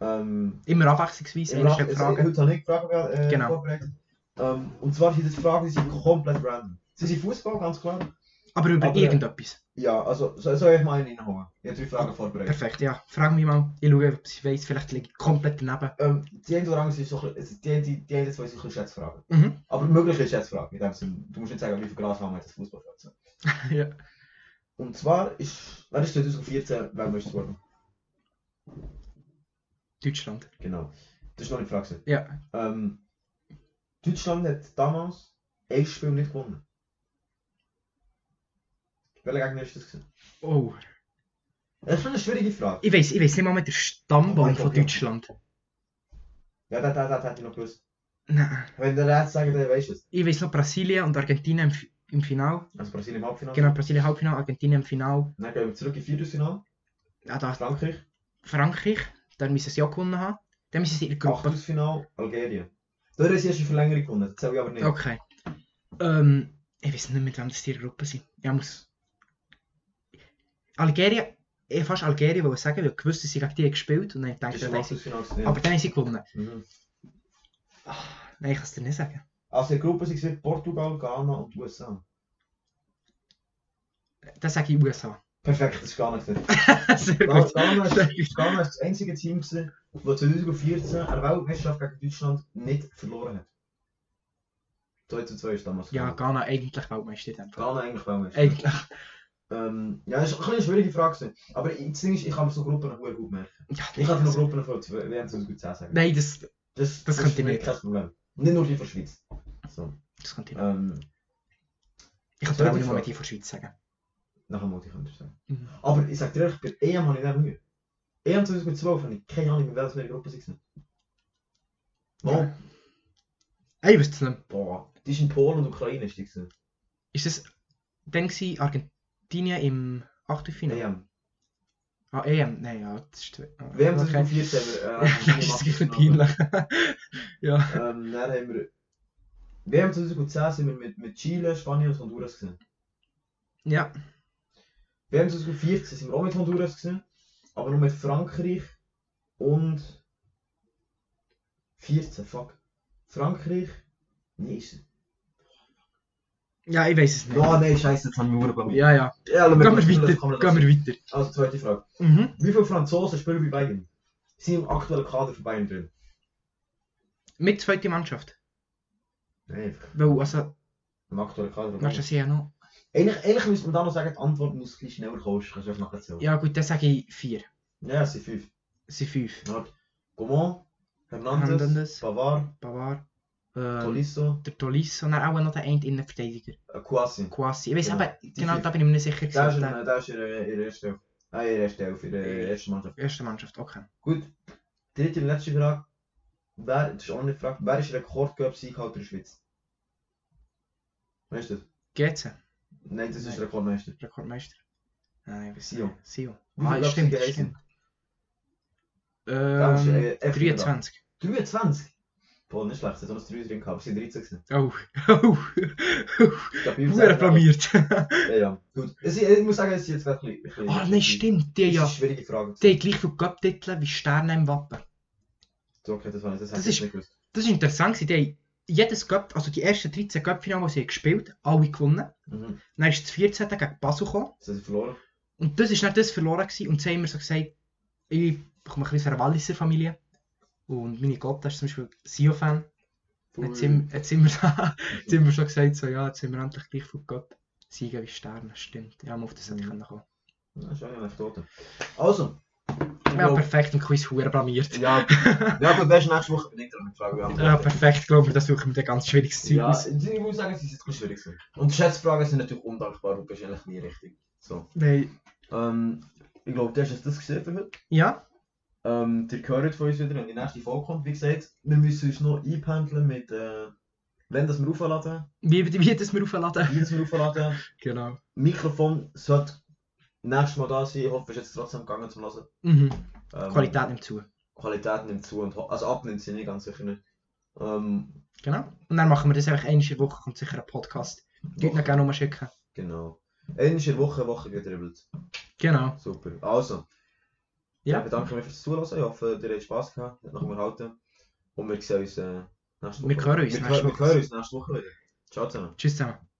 Ähm,
Immer abwechslungsweise.
Im
eine
Ra-
stellt
es-
Fragen.
Heute habe ich Fragen äh,
Genau.
vorbereitet. Ähm, und zwar sind das Fragen, die sind komplett random. Sie sind Fußball, ganz klar.
Aber über
Aber-
irgendetwas.
Ja, also soll soll ich mal einen reinhauen? Ich habe drei Fragen vorbereitet.
Perfekt, ja. Frag mich mal. Ich schaue, ob sie weiss, vielleicht liege ich komplett daneben.
Ähm, die eine oder andere sind so ein bisschen- die, die, die eine zwei sind ein bisschen Schätzfragen.
Mhm.
Aber möglich ist Schätzfragen. In dem Sinne, du musst nicht sagen, wie viel Glas haben wir jetzt Fußball
Ja.
Und zwar ist, wer ist 2014 Weltmeister geworden?
Deutschland.
Genau. Das ist noch eine Frage. gewesen.
Ja.
Ähm, Deutschland hat damals ein Spiel nicht gewonnen. Welcher Gegner ist das? Gewesen?
Oh.
Das ist schon eine schwierige Frage.
Ich weiss, ich weiss nicht mal mit der Stammbaum
Ich glaub,
von
ja.
Deutschland.
Ja, das, das, das hätte ich noch gewusst.
Nein.
Wenn der Rest sagt, dann weißt du es.
Ich weiss noch Brasilien und Argentinien im, F- im Final.
Also Brasilien im Halbfinale.
Genau, Brasilien Halbfinale, Argentinien im Final.
Dann gehen wir zurück in Viertelfinale.
Ja, da
Frankreich.
Frankreich. Dann müssen sie ja gewonnen haben. Dann müssen sie in der Gruppe.
Achtelfinale Algerien. Dort ist erst eine Verlängerung gewonnen, das zähle ich aber nicht.
Okay. Ähm, ich weiß nicht, mit wem das die Gruppe sind. Ja, muss. Algerien. Ich wollte fast Algerien wollte sagen, weil ich wusste, sie gegen die gespielt und dann
Das
dachte
ist
ich,
im
dann sind
Achtelfinale. gewesen, ja.
Aber dann haben sie gewonnen.
Mhm.
Ach, nein, ich kann es dir nicht sagen.
Also in der Gruppe waren Portugal, Ghana und USA.
Das sage ich USA.
Perfekt, das ist Ghana. gewesen.
Sehr
Ghana,
gut.
Ghana,
Sehr
ist,
gut.
Ghana ist das einzige Team, gewesen, das 2014 eine Weltmeisterschaft gegen Deutschland nicht verloren hat. 2 zu 2 ist damals.
Ja, nou
Ghana,
Ghana eigentlich Weltmeister in dem Fall.
Ghana eigentlich Weltmeister.
Eigentlich.
Ähm, ja, das ist ein bisschen eine schwierige Frage. gewesen. Aber das Ding ist, ich kann mir so Gruppen noch gut gut merken.
Ja,
Ich kann dir noch
das,
Gruppen von 2010 sagen.
nein, das,
Das, ist
Das könnte ich
für mich
nicht.
Kein Problem. Nicht nur die von der Schweiz. So.
das kommt hin.
Ähm,
Ich kann
zweite
dir auch nicht mal
Frage.
mit die von der Schweiz sagen.
Nachher muss ich anders sagen.
Mhm.
Aber ich sag dir ehrlich, bei EM habe ich nicht Mühe. EM 2012 habe ich keine Ahnung, in welcher Gruppe sie waren. Mal,
Ja. Ey, ich wüsste es nicht. mehr.
boah, die ist in Polen und Ukraine ist die gewesen.
Ist das dann gewesen, Argentinien im Achtelfinale?
EM.
Ah, EM. Nein, ja, das ist. äh,
WM
okay.
2014 haben wir, äh,
Ja, das ist ein bisschen peinlich. ja.
Ähm, dann haben wir... WM 2010 sind wir mit, mit Chile, Spanien und Honduras gewesen.
Ja.
WM 2014 sind wir auch mit Honduras gewesen, aber nur mit Frankreich und 14, fuck. Frankreich? Nein, ist
Ja, ich weiß es nicht.
Ja, nein, scheiße, jetzt haben wir Uhr bei mir.
Ja, ja.
Ja, lass
Gehen
mich
wir
mal spielen, das kann
weiter.
man
Gehen
lassen.
wir weiter.
Also, zweite Frage.
Mhm.
Wie viele Franzosen spielen bei Bayern? Sind im aktuellen Kader von Bayern drin?
Mit zweiter Mannschaft.
Nein, einfach
Weil, also,
im aktuellen Kader von Bayern.
Mannschaft sind ja noch.
Eigentlich, eigentlich müsste man da noch sagen, die Antwort muss ein bisschen schneller kommen, kannst du einfach nachher zählen.
Ja gut, dann sage ich vier.
Ja, es sind fünf.
Es sind fünf.
Warte. Gaumont, Hernandez,
Hernandez.
Pavard,
Bavard, ähm,
Tolisso,
der Tolisso und dann auch noch der eine Innenverteidiger.
äh, Kouassi.
Quasi. Ich weiß
Genau.
aber, genau
fünf.
da bin ich mir nicht
Der
sicher.
ist, eh, in,
gewesen, ob der-
der ist ihre, ihre erste Elf. Ah, ihre erste Elf, ihre erste Mannschaft.
Erste Mannschaft, okay.
Gut. Dritte und letzte Frage. Wer, das ist auch eine Frage, wer ist Rekordcup-Sieghalter in der Schweiz? Weißt du das?
GC,
Nein, das ist
Nein.
Rekordmeister.
Rekordmeister. Nein, ich weiß
Sion.
nicht. Sion.
Wie
Ah,
viele
stimmt,
Abstiege
stimmt.
Da musst du
Ähm,
e- echt nicht dran.
23.
23? Boah, nicht schlecht, sie hat noch ein 3 drin gehabt, aber sie waren 13 gewesen.
Oh, oh,
Ich glaub, bei uns
Huere
auch-
blamiert.
Ja, ja. Gut. Es- Ich muss sagen, es ist jetzt gerade ein bisschen...
Ah, nein, stimmt,
Das
die
ist
ja.
eine schwierige Frage.
Die haben gleich viele Cup-Titel wie Sterne im Wappen.
So, Okay, das war nicht, das,
Das
hätte ich
ist-
nicht gewusst.
Das war interessant, gewesen. die haben jedes Cup, also die ersten 13 Cup-Finale, die sie haben gespielt alle gewonnen.
Mhm.
Dann ist das 14. gegen Basel gekommen.
Das hat sie verloren.
Und das war dann das verloren. Gewesen. Und sie haben mir so gesagt, ich komme ein bisschen aus einer Walliser Familie. Und meine Gotta ist zum Beispiel Sio-Fan. Jetzt sind, jetzt, sind wir, jetzt sind wir schon gesagt, so, ja, jetzt sind wir endlich gleich von Gott. Siegen wie Sterne, stimmt. Ja, mal auf das hätte ich
Mhm.
können kommen.
Ja, schön, Anekdote. Also. ich
Ja,
glaub-
perfekt, im Quiz hure blamiert.
Ja, ja gut, weißt du, nächste Woche bin ich dran mit Fragen
Ja,
beantworten.
perfekt, glaube ich, das suchen wir dann ganz schwieriges Zeug
Ja,
aus.
ich muss sagen, sie sind ein bisschen schwierig gewesen. Und Schätzfragen sind natürlich undankbar und wahrscheinlich nie richtig. So.
Nein.
Ähm, ich glaube, du hast jetzt das gesehen für heute.
Ja,
Ähm, ihr hört von uns wieder, wenn die nächste Folge kommt. Wie gesagt, wir müssen uns noch einpendeln mit, äh, wenn das wir aufladen,
wie, wie das wir aufladen.
wie das wir aufladen.
Genau.
Mikrofon sollte nächstes Mal da sein. Ich hoffe, es ist jetzt trotzdem gegangen zum Hören.
Mhm.
Ähm,
Qualität nimmt zu.
Qualität nimmt zu. Und, ho- also abnimmt sie nicht, ganz sicher nicht. Ähm,
Genau. Und dann machen wir das einfach einmal in der Woche, kommt sicher ein Podcast. Die Leute gerne umschicken.
Genau. Einmal in der Woche, Woche gedribbelt.
Genau.
Super. Also,
Ja.
ich bedanke mich fürs Zuhören. Ich hoffe, ihr habt Spass gehabt. Noch mal halten. Und wir sehen uns äh, nächste Woche.
Wir hören uns
wir,
nächste
wir
Woche.
hören uns nächste Woche wieder. Ciao zusammen.
Tschüss zusammen.